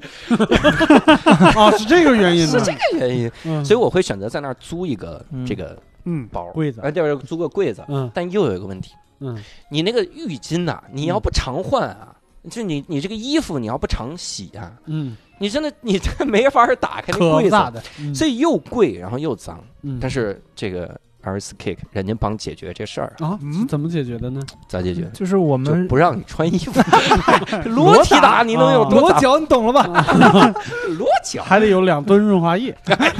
哦，是这个原因是呢这，个原因，嗯哎所以我会选择在那儿租一个嗯这个 [LAUGHS] 嗯，包，柜子哎，对，租个柜子。嗯但又有一个问题，嗯你那个浴巾呐、你要不常换啊，就你你这个衣服你要不常洗啊，嗯，你真的你这没法儿打开那可柜不咋子，的，所以又贵然后又脏。嗯但是这个 Earth Kick 人家帮解决这事儿，啊嗯，是怎么解决的呢？咋解决？就是我嗯就们哎不让你穿衣服，嗯裸体打嗯你能有多裸脏？脚，你懂了吧？裸脚，还得有两吨润滑液，哎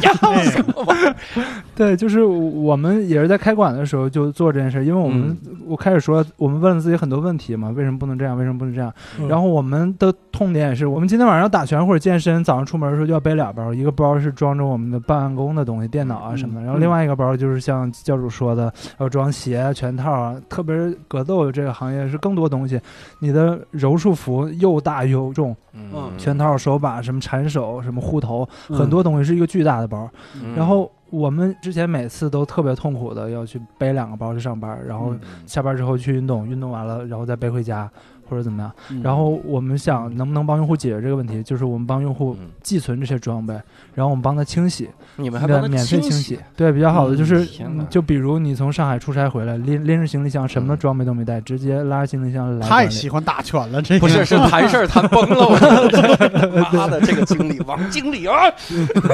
对，就是我们也是在开馆的时候就做这件事，因为我们、嗯我开始说，我们问了自己很多问题嘛，为什么不能这样，为什么不能这样？嗯然后我们的痛点也是，我们今天晚上要打拳或者健身，早上出门的时候就要背俩包，一个包是装着我们的办公的东西，电脑嗯啊什么的，然后另外一个包就是像教主说的，要装鞋啊、拳套啊，特别是格斗这个行业是更多东西，你的柔术服又大又重，嗯拳套、手把、什么缠手、什么护头，嗯很多东西是一个巨大的包。嗯 [LAUGHS] 然后我们之前每次都特别痛苦的要去背两个包去上班，嗯然后下班之后去运动，运动完了然后再背回家或者怎么样。嗯然后我们想能不能帮用户解决这个问题，就是我们帮用户嗯寄存这些装备，然后我们帮他清洗，你们还免帮他免费清洗，，对，比较好的嗯就是天哪就比如你从上海出差回来，拎拎着行李箱什么嗯装备都没带，直接拉着行李箱来太馆喜里。欢打拳了，这个 [LAUGHS] 不是是谈事儿谈崩了， [LAUGHS] 我妈的这个经理王经理啊，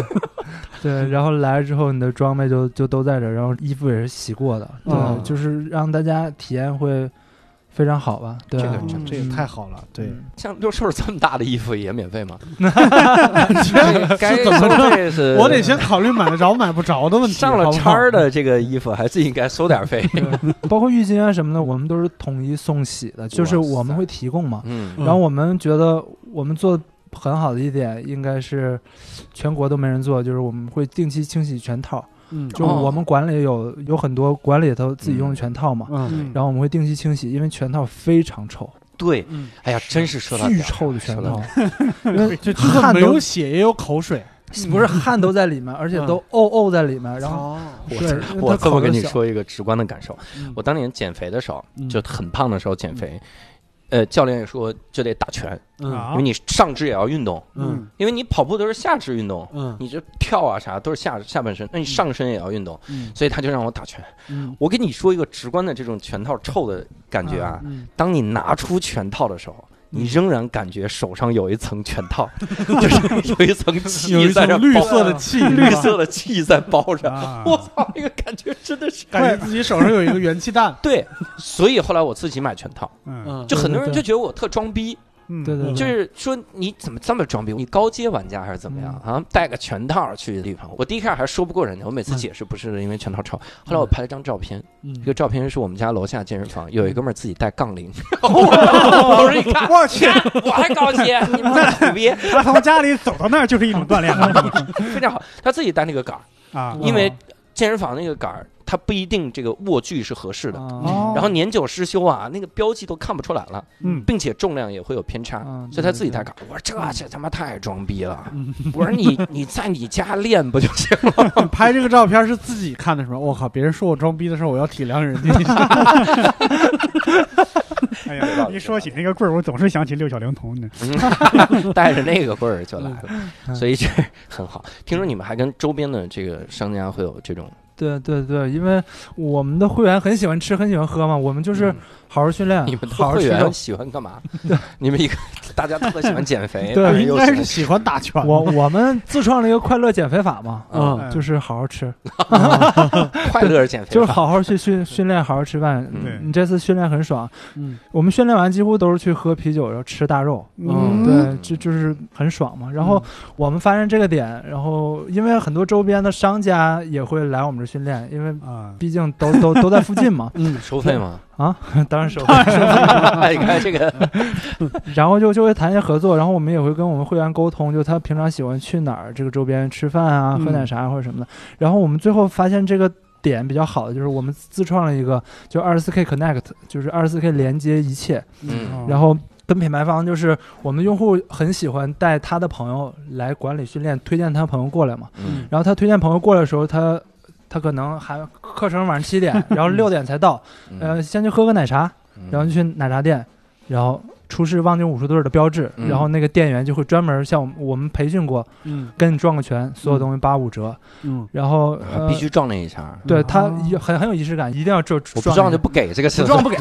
[LAUGHS] 对，然后来了之后，你的装备就就都在这儿，然后衣服也是洗过的，对，嗯就是让大家体验会非常好吧？对，啊嗯这个嗯嗯真这个太好了，对，像六兽这么大的衣服也免费吗？ [LAUGHS] 这该收费是，我得先考虑买得着买不着的问题，上了叉儿的这个衣服还是应该收点 [LAUGHS] 费。包括浴巾啊什么的，我们都是统一送洗的，就是哇塞我们会提供嘛。嗯嗯然后我们觉得我们做得很好的一点，应该是全国都没人做，就是我们会定期清洗全套。嗯，就哦我们馆里有有很多馆里头自己用的全套嘛，嗯然后我们会定期清洗，因为全套非常臭，对，嗯，哎呀，真是说到巨点儿臭的说拳到头点，那就汗汗嗯没都有血也有口水， [LAUGHS] 嗯不是汗都在里面，而且都沤沤在里面，然后后我对这因为我它这口么子跟你小说一个直观的感受，哦我当年减肥的时候，嗯就很胖的时候嗯减肥，呃，教练也说就得打拳，嗯啊因啊为你上肢也要运动，嗯因为你跑步都是下肢运动，嗯你这跳啊啥都是下下半身，那你上身也要运动，嗯所以他就让我打拳。嗯，我跟你说一个直观的这种拳套臭的感觉啊， [LAUGHS] 嗯当你拿出拳套的时候。你仍然感觉手上有一层拳套，就是有一层 [LAUGHS] 有气一在这层包，绿色的气，绿是吧色的气在包着。啊，我操，那个感觉真的是，感觉自己手上有一个元气弹 [LAUGHS] 对，所以后来我自己买拳套，啊嗯，就很多人对对就觉得我特装逼，嗯对对对就是说你怎么这么装逼？你高阶玩家还是怎么样啊？带个拳套去地方，我第一开始还说不过人家，我每次解释不是因为拳套臭。后来我拍了张照片，嗯这个照片是我们家楼下健身房有一哥们儿自己带杠铃，然后我说你看，我去，我还高阶，你们在虎逼，他从家里走到那儿就是一种锻炼 [LAUGHS] 了非常好，他自己带那个杆儿，啊，因为健身房那个杆儿它不一定这个握距是合适的。啊哦然后年久失修啊，那个标记都看不出来了，嗯并且重量也会有偏差，嗯所以他自己对嗯在搞。我说这这他妈太装逼了！我说你 [LAUGHS] 你在你家练不就行了？你拍这个照片是自己看的时候，我靠，别人说我装逼的时候，我要体谅人家 [LAUGHS] 一下。哎呀，一说起那个棍儿，我总是想起六小龄童呢。带着那个棍儿就来嗯了， [LAUGHS] 所以这很好。听说你们还跟周边的这个商家会有这种，对对对，因为我们的会员很喜欢吃，很喜欢喝嘛，我们嗯就是好好训练，你们的嗯好好会吃员肉。喜欢干 [LAUGHS] 嘛？你们一个大家特喜欢减肥，对但 [LAUGHS] 应又该喜是欢喜欢打拳，我我们自创了一个快乐减肥法嘛，嗯嗯就是好好吃，快乐减肥，就是，好好去训训练，好好吃饭。对嗯，你这次训练很爽，嗯我们训练完几乎都是去喝啤酒，然后吃大肉，嗯，对，就就是很爽嘛。然嗯后我们发现这个点，然后因为很多周边的商家也会来我们这训练，因为啊，毕竟都都都在附近嘛嗯收费 [LAUGHS] 吗？啊，当然是。嗯 [LAUGHS] 你看这个，然后就就会谈一些合作，然后我们也会跟我们会员沟通，就他平常喜欢去哪儿，这个周边吃饭啊、嗯喝奶茶或者什么的。然后我们最后发现这个。点比较好的就是我们自创了一个，就二十四 K Connect，就是二十四 K 连接一切，嗯然后跟品牌方就是我们用户很喜欢带他的朋友来管理训练，推荐他朋友过来嘛。嗯然后他推荐朋友过来的时候，他他可能还课程晚上七点，然后六点才到，嗯呃，先去喝个奶茶，然后就去奶茶店，然后出示望京武术队的标志，嗯然后那个店员就会专门像我们我们培训过，嗯跟你撞个拳，所有东西八五折，嗯，然后、啊呃、必须撞那一下。对他哦也很很有仪式感，一定要撞我不撞撞那就个不给这个事，不撞不给。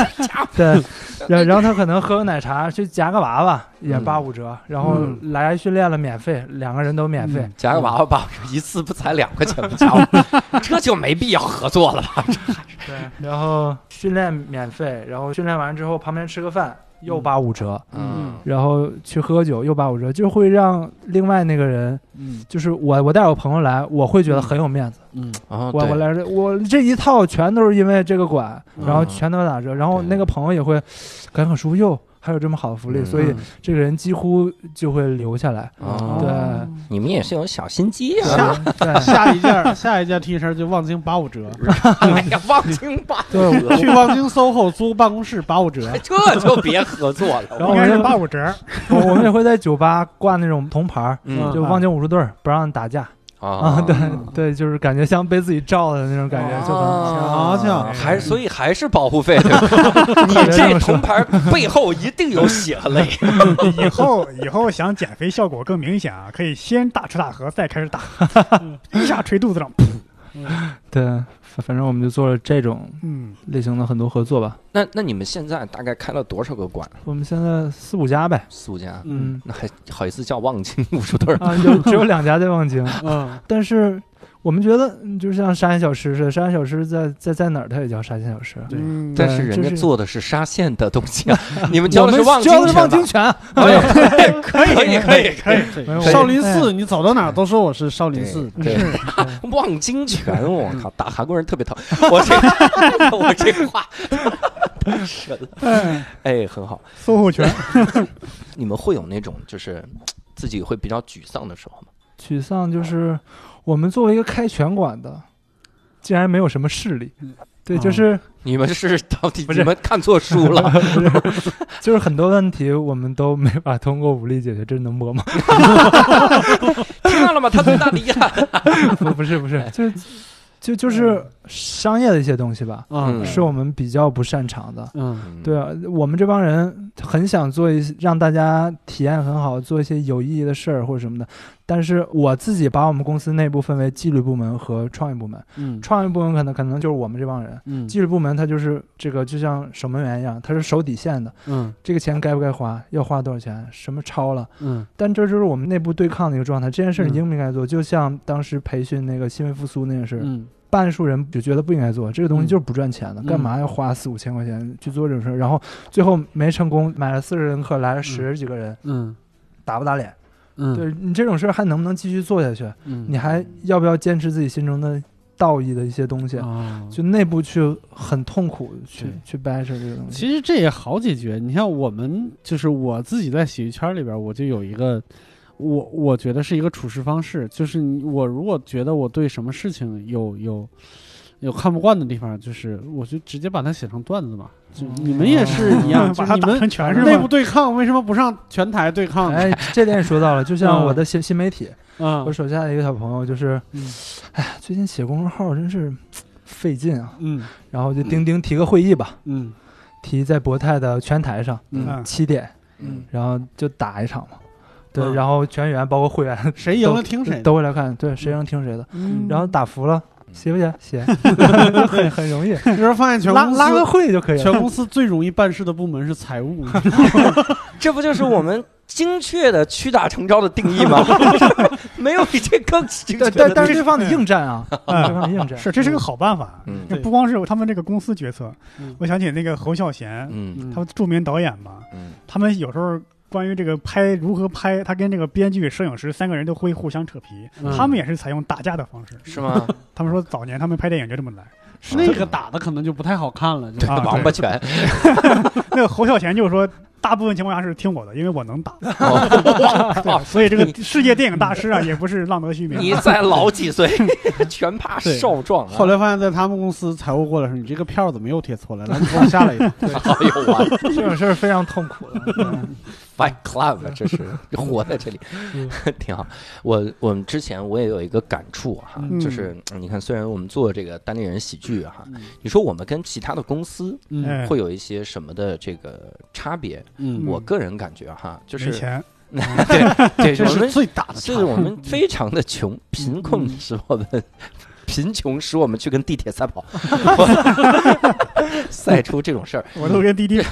[LAUGHS] 对，然然后他可能喝个奶茶，去夹个娃娃也嗯八五折，然后嗯来训练了免费，两个人都免费嗯。夹个娃娃吧， [LAUGHS] 一次不才两块钱吗？ [LAUGHS] 家伙，这就没必要合作了吧？对，然后训练免费，然后训练完之后旁边吃个饭又嗯八五折，嗯然后去喝酒又八五折，就会让另外那个人，嗯就是我我带我朋友来，我会觉得很有面子。嗯哦，我我对，来这我这一套全都是因为这个馆，嗯然后全都打折，然后对那个朋友也会感觉很舒服，哟，还有这么好的福利，嗯所以这个人几乎就会留下来。哦对，你们也是有小心机啊！下下一件下一件 T 恤就望京八五折，哎呀，忘情吧，对， [LAUGHS] 我去望京 SOHO 租个办公室八五折，这就别合作了。然后应我该是们八五折儿，我我们也会在酒吧挂那种铜牌儿，嗯哦就望京武术队儿不让打架啊，对对，就是感觉像被自己罩的那种感觉，就很啊瞧瞧还是所以还是保护 [LAUGHS] 费。对吧你这铜牌背后一定有血和 [LAUGHS] 泪。以后以后想减肥效果更明显啊，可以先大吃大喝，再开始打，嗯 [LAUGHS] 一下捶肚子上，噗对，反反正我们就做了这种嗯，类型的很多合作吧。那那你们现在大概开了多少个馆？我们现在四五家呗，四五家？嗯那还好意思叫望京武术队儿？啊，有只有两家在望京，嗯但是我们觉得嗯就像沙县小吃似的，沙县小吃在在在哪儿它也叫沙县小啊吃。对嗯但是人就家是做的是沙县的东 [LAUGHS] 西啊，你们教的是我望们京教的是望拳吧？京拳啊， [LAUGHS] 哎呦可以可以可以可以，对没有少林寺你走到哪儿都说我是少林寺，对， [LAUGHS] 望京嗯拳，我靠，打韩国人特别疼。 [LAUGHS] 我这我这 [LAUGHS] 话太神了，哎，很好。搜后拳，你们会有那种就是自己会比较沮丧的时候吗？沮嗯丧就是我们作为一个开拳馆的，竟然没有什么势力。对，就哦是你们是到底不是你们看错书 [LAUGHS] 了？就是很多问题我们都没法通过武力解决，这能播吗？ [LAUGHS] 听到了吗？他最大的遗 [LAUGHS] 憾。不不是不是，就是就就是商业的一些东西吧，啊，嗯是我们比较不擅长的。嗯对啊，我们这帮人很想做一些让大家体验很好，做一些有意义的事儿或者什么的。但是我自己把我们公司内部分为纪律部门和创业部门，嗯创业部门可能可能就是我们这帮人，嗯纪律部门它就是这个就像守门员一样，它是守底线的，嗯这个钱该不该花，要花多少钱，什么超了，嗯但这就是我们内部对抗的一个状态。这件事儿嗯你应不应该做？就像当时培训那个新闻复苏那件事儿，嗯半数人就觉得不应该做，这个东西嗯就是不赚钱的，嗯干嘛要花四五千块钱去做这种事儿？然后最后没成功，买了四十人课，来了十几个人，嗯打不打脸？嗯，对你这种事儿还能不能继续做下去？嗯，你还要不要坚持自己心中的道义的一些东西？哦就内部去很痛苦去对去掰扯这个东西。其实这也好解决。你像我们，就是我自己在喜剧圈里边，我就有一个，我我觉得是一个处事方式，就是你我如果觉得我对什么事情有有有看不惯的地方，就是我就直接把它写成段子嘛。就你们也是一 [LAUGHS] 样，就把是它你打们成全是内部吗？对抗为什么不上全台对抗？哎，这点也说到了，就像嗯我的新新媒体，嗯我手下的一个小朋友就是嗯，哎，最近写公众号真是费劲啊。嗯然后就钉钉提个会议吧，嗯提在博泰的拳台上，嗯嗯七点，嗯，然后就打一场嘛。对，嗯然后全员包括会员谁赢了听谁的。都会来看，对，谁能听谁的。嗯然后打服了，嗯写不写？写，很很容易，就是发现全拉公拉个司会就可以全了。公司最容易办事的部门是财务。这不就是我们精确的屈打成招的定义 [LAUGHS] 吗？没有比这更精确但的但但是定义对方得应战啊，对嗯，方得应战。是，这是个好办法。嗯这对不光是他们这个公司决策嗯，我想起那个侯孝贤，嗯他著名导演嘛，嗯他们有时候关于这个拍如何拍，他跟这个编剧、摄影师三个人都会互相扯皮。嗯他们也是采用打架的方式。是吗？他们说早年他们拍电影就这么来。那个打的可能就不太好看了，就啊王八拳， [LAUGHS] [LAUGHS] 那个侯孝贤就说，大部分情况下是听我的，因为我能打。 [LAUGHS] 哦对，所以这个世界电影大师啊，也不是浪得虚名。啊你再老几 [LAUGHS] 岁，全怕对少壮啊。后来发现，在他们公司财务过来说：“你这个票怎么又贴错了？来，你给我下来一个。哎呦完了这 [LAUGHS] 种事儿非常痛苦 [LAUGHS] 的。嗯，Fight Club，这 [LAUGHS] 是活在这里，嗯挺好。我我们之前我也有一个感触哈，嗯就是嗯你看，虽然我们做这个单立人喜剧哈，你说我们跟其他的公司嗯哎会有一些什么的这个差别？嗯，我个人感觉哈，就没是钱， [LAUGHS] [LAUGHS] 对这对，我是们最 [LAUGHS] 大的所差以别。嗯我们非常的穷，贫困使我们， [LAUGHS] 贫穷使我们去跟地铁赛 [LAUGHS] 跑， [LAUGHS] 赛出这种事儿。我都跟滴滴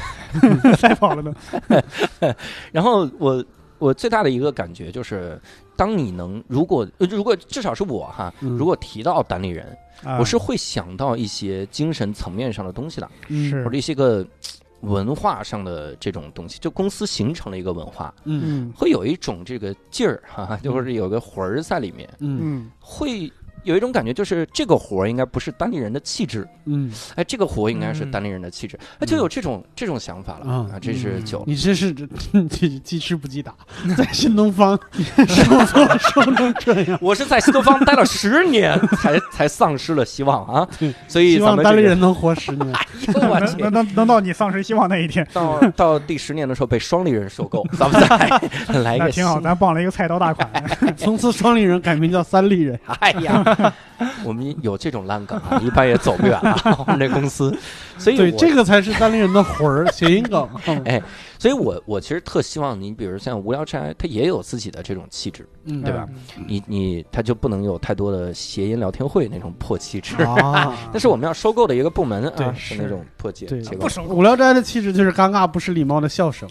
赛跑了都。然后我我最大的一个感觉就是，当你能如果呃如果至少是我哈，嗯如果提到单立人，啊我是会想到一些精神层面上的东西的，是或者一些个。文化上的这种东西，就公司形成了一个文化，嗯嗯会有一种这个劲儿哈、 [LAUGHS] 哈，就是有个魂儿在里面，嗯嗯会有一种感觉，就是这个活儿应该不是单立人的气质，嗯，哎，这个活应该是嗯单立人的气质，哎，就有这种这种想法了啊啊，这是嗯九你这是记记吃不记打，在新东方受挫受成这样，我是在新东方待了十 [LAUGHS] 年，才才丧失了希望啊对，所以希咱望们单这立个，人能活十年。哎呦我 [LAUGHS] 能去能，能能到你丧失希望那一天，到到第十年的时候被双立人收购， [LAUGHS] 咱们再来一那个挺好，新咱傍了一个菜刀大款。从此双立人改名叫三立人。哎呀， [LAUGHS] 我们有这种烂梗啊， [LAUGHS] 一般也走不远了， [LAUGHS] 我们这公司，所以对，我这个才是单立人的魂儿，谐音梗。所以我我其实特希望你，比如像无聊斋，他也有自己的这种气质，嗯，对吧？你你他就不能有太多的谐音聊天会那种破气质。啊，那是我们要收购的一个部门啊，对是是那种破解对结构不，熟，无聊斋的气质就是尴尬，不失礼貌的笑声。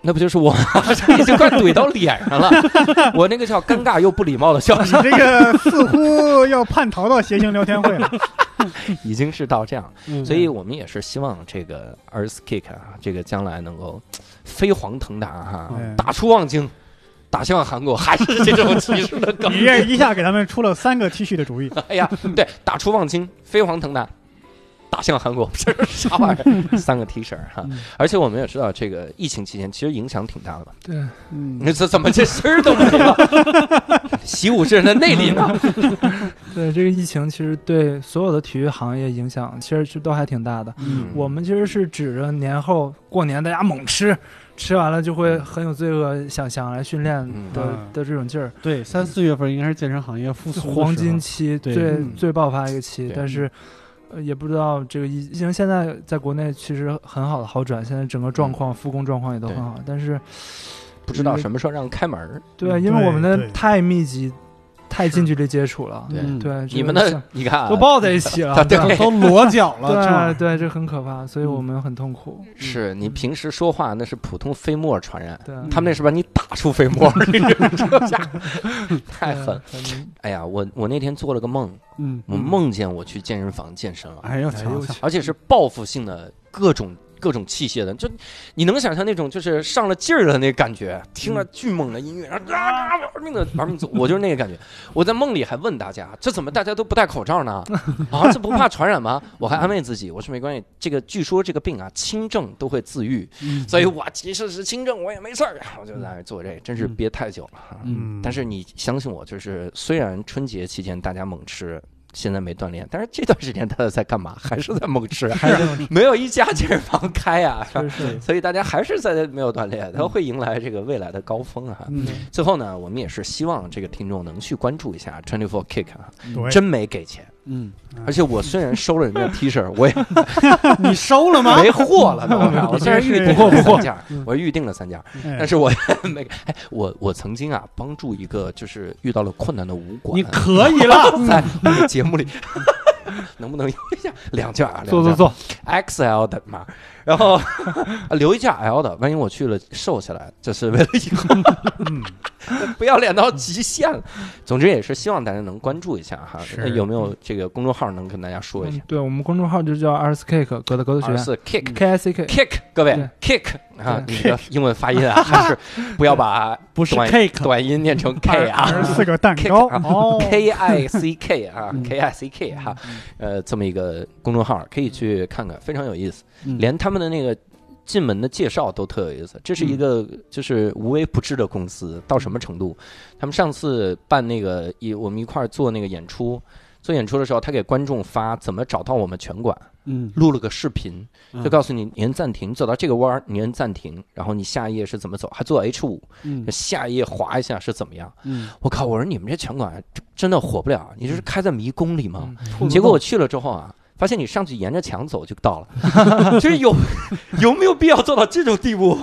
那不就是我 [LAUGHS] 已经快怼到脸上了？我那个叫尴尬又不礼貌的笑你声，这个似乎要叛逃到谐星聊天会了。已经是到这样，嗯所以我们也是希望这个 Earth Kick 啊，这个将来能够飞黄腾达哈嗯，打出望京，打向韩国，还是这种歧视的梗 [LAUGHS] 你。这一下给他们出了三个 T 恤的主意，哎呀，对，打出望京，飞黄腾达，打向韩国， [LAUGHS] 这是啥玩意儿？三个 T 恤哈嗯，而且我们也知道，这个疫情期间其实影响挺大的吧？对，嗯你这怎么这声儿都没了？习武之人的内力呢？对，这个疫情其实对所有的体育行业影响其实是都还挺大的。嗯我们其实是指着年后过年大家猛吃，吃完了就会很有罪恶，想想来训练嗯的、嗯的这种劲儿。对，三四月份应该是健身行业复苏的黄时金候期对最嗯最爆发一个期对，嗯但是。呃，也不知道这个疫疫情现在在国内其实很好的好转，现在嗯整个状况、复工状况也都很好。但是，不知道什么时候让开门儿。对，啊因为我们对的对太密集、太近距离接触了，对嗯对，这你个们像的你看啊都抱在一起 [LAUGHS] 了，对 [LAUGHS] 嗯都都裸脚了，这玩意对儿对，这很可怕，所以我们很痛苦。是你平时说话那是普通飞沫传染，对，啊他们那是把你打出飞沫，你 [LAUGHS] 这下太狠嗯了。啊很哎呀，我我那天做了个梦，嗯，我梦见我去健身房健身了，哎呦，瞧瞧，而且是报复性的各种各种器械的，就你能想象那种就是上了劲儿的那感觉，听了巨猛的音乐，然后啊玩命的玩命走，我就是那个感觉。我在梦里还问大家，这怎么大家都不戴口罩呢？啊，这不怕传染吗？我还安慰自己，我说没关系，这个据说这个病啊，轻症都会自愈，嗯所以我即使是轻症我也没事儿，啊我就在那儿做这个，真是憋太久了。啊嗯，但是你相信我，就是虽然春节期间大家猛吃，现在没锻炼，但是这段时间大家在干嘛？ [LAUGHS] 还是在猛吃，还是没有一家健身房开啊， [LAUGHS] 真是所以大家还是在没有锻炼，它会迎来这个未来的高峰啊。嗯 [LAUGHS] 最后呢，我们也是希望这个听众能去关注一下 Twenty Four Kick 啊，对真没给钱，嗯，而且我虽然收了人家 T 恤，我也你收了吗？没货了，都是我虽然预定不货了不货三件儿，我预定了三件儿，哎嗯但是我 [LAUGHS] 没给，哎，我我曾经啊帮助一个就是遇到了困难的武馆，你可以了，在我们节目里， [LAUGHS] 能不能有一下两件啊？坐坐坐， ，XL 的嘛，然后 [LAUGHS] 啊留一件 L 的，万一我去了瘦下来，这是为了以后嗯， [LAUGHS] 不要脸到极限了。总之也是希望大家能关注一下哈，是那有没有这个公众号能跟大家说一嗯下？对我们公众号就叫 R S K 格的格斗学嗯二院是 Kick。 K I C K， Kick，各位，Kick 啊，你的英文发音啊，还是不要把不是短 cake，短音念成 [LAUGHS] K 啊，二十四个蛋糕 Kick，啊哦 K I C K 啊嗯，K I C K 哈，呃，这么一个公众号可以去看看，非常有意思，嗯连他们的那个进门的介绍都特有意思。这是一个嗯就是无微不至的公司，到什么程度？他们上次办那个一我们一块儿做那个演出。做演出的时候，他给观众发怎么找到我们拳馆，嗯，录了个视频，嗯就告诉你你按暂停，走到这个弯儿你按暂停，然后你下一页是怎么走，还做 H 五，嗯下一页滑一下是怎么样。嗯我靠！我说你们这拳馆这真的火不了，你这是开在迷宫里吗？嗯 [LAUGHS] 结果我去了之后啊，发现你上去沿着墙走就到了，就是有有没有必要做到这种地步？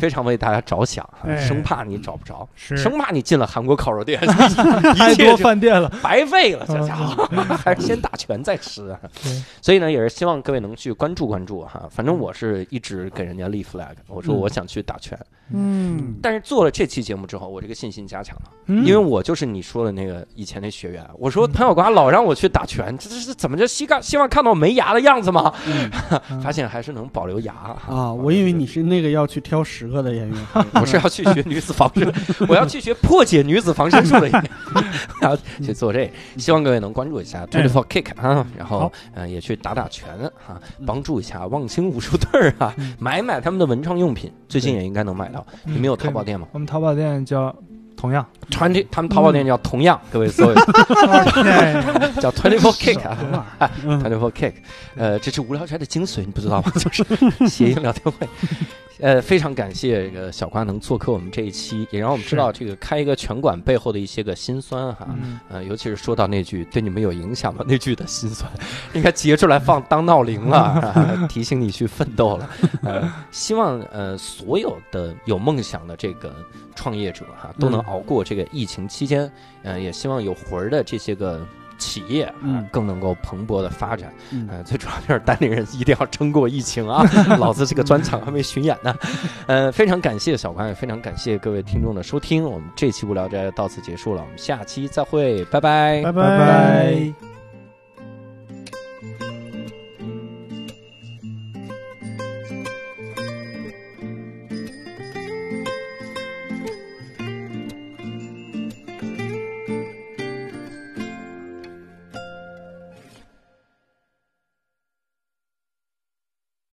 非常为大家着想啊，哎生怕你找不着，是生怕你进了韩国烤肉店，太一切就多饭店了，白费了，这家伙还是先打拳再吃啊对。 [LAUGHS] 所以呢，也是希望各位能去关注关注哈。反正我是一直给人家立 flag，我说嗯我想去打拳，嗯，但是做了这期节目之后，我这个信心加强了。因因为我就是你说的那个以前那学员，我说潘小瓜老让我去打拳，这这是怎么着？希望希望看到我没牙的样子吗？ [LAUGHS] 发现还是能保留牙啊，我以为你是那个要去挑十个的演员， [LAUGHS] 我是要去学女子防身，我要去学破解女子防身术的， [LAUGHS] 我要去做这。希望各位能关注一下 Twenty Four Kick 啊，然后好嗯、呃也去打打拳啊，嗯帮助一下望清武术队儿啊， [LAUGHS] 买买他们的文创用品，最近也应该能买到。你们有淘宝，店吗？我们淘宝店叫同样传这他们淘宝店叫同样，各位搜一下， [LAUGHS] 对，叫 Twenty Four Kick 啊。t w e 嗯 n Kick，呃，这是无聊斋的精髓，你不知道吗？ [LAUGHS] 就是谐音聊天会。呃，非常感谢这个小瓜能做客我们这一期，也让我们知道这个开一个拳馆背后的一些个辛酸哈。嗯呃，尤其是说到那句“对你们有影响吗”那句的辛酸，应该截出来放当闹铃了，啊 [LAUGHS] 提醒你去奋斗了。呃，希望呃所有的有梦想的这个创业者哈、都能嗯熬过这个疫情期间。嗯、也希望有魂儿的这些个企业啊、嗯更能够蓬勃的发展。嗯呃，最主要就是单立人一定要撑过疫情 [LAUGHS] 啊！老子这个专场还没巡演呢。呃，非常感谢小关，也非常感谢各位听众的收听，我们这期无聊斋到此结束了，我们下期再会，拜拜拜拜拜。拜。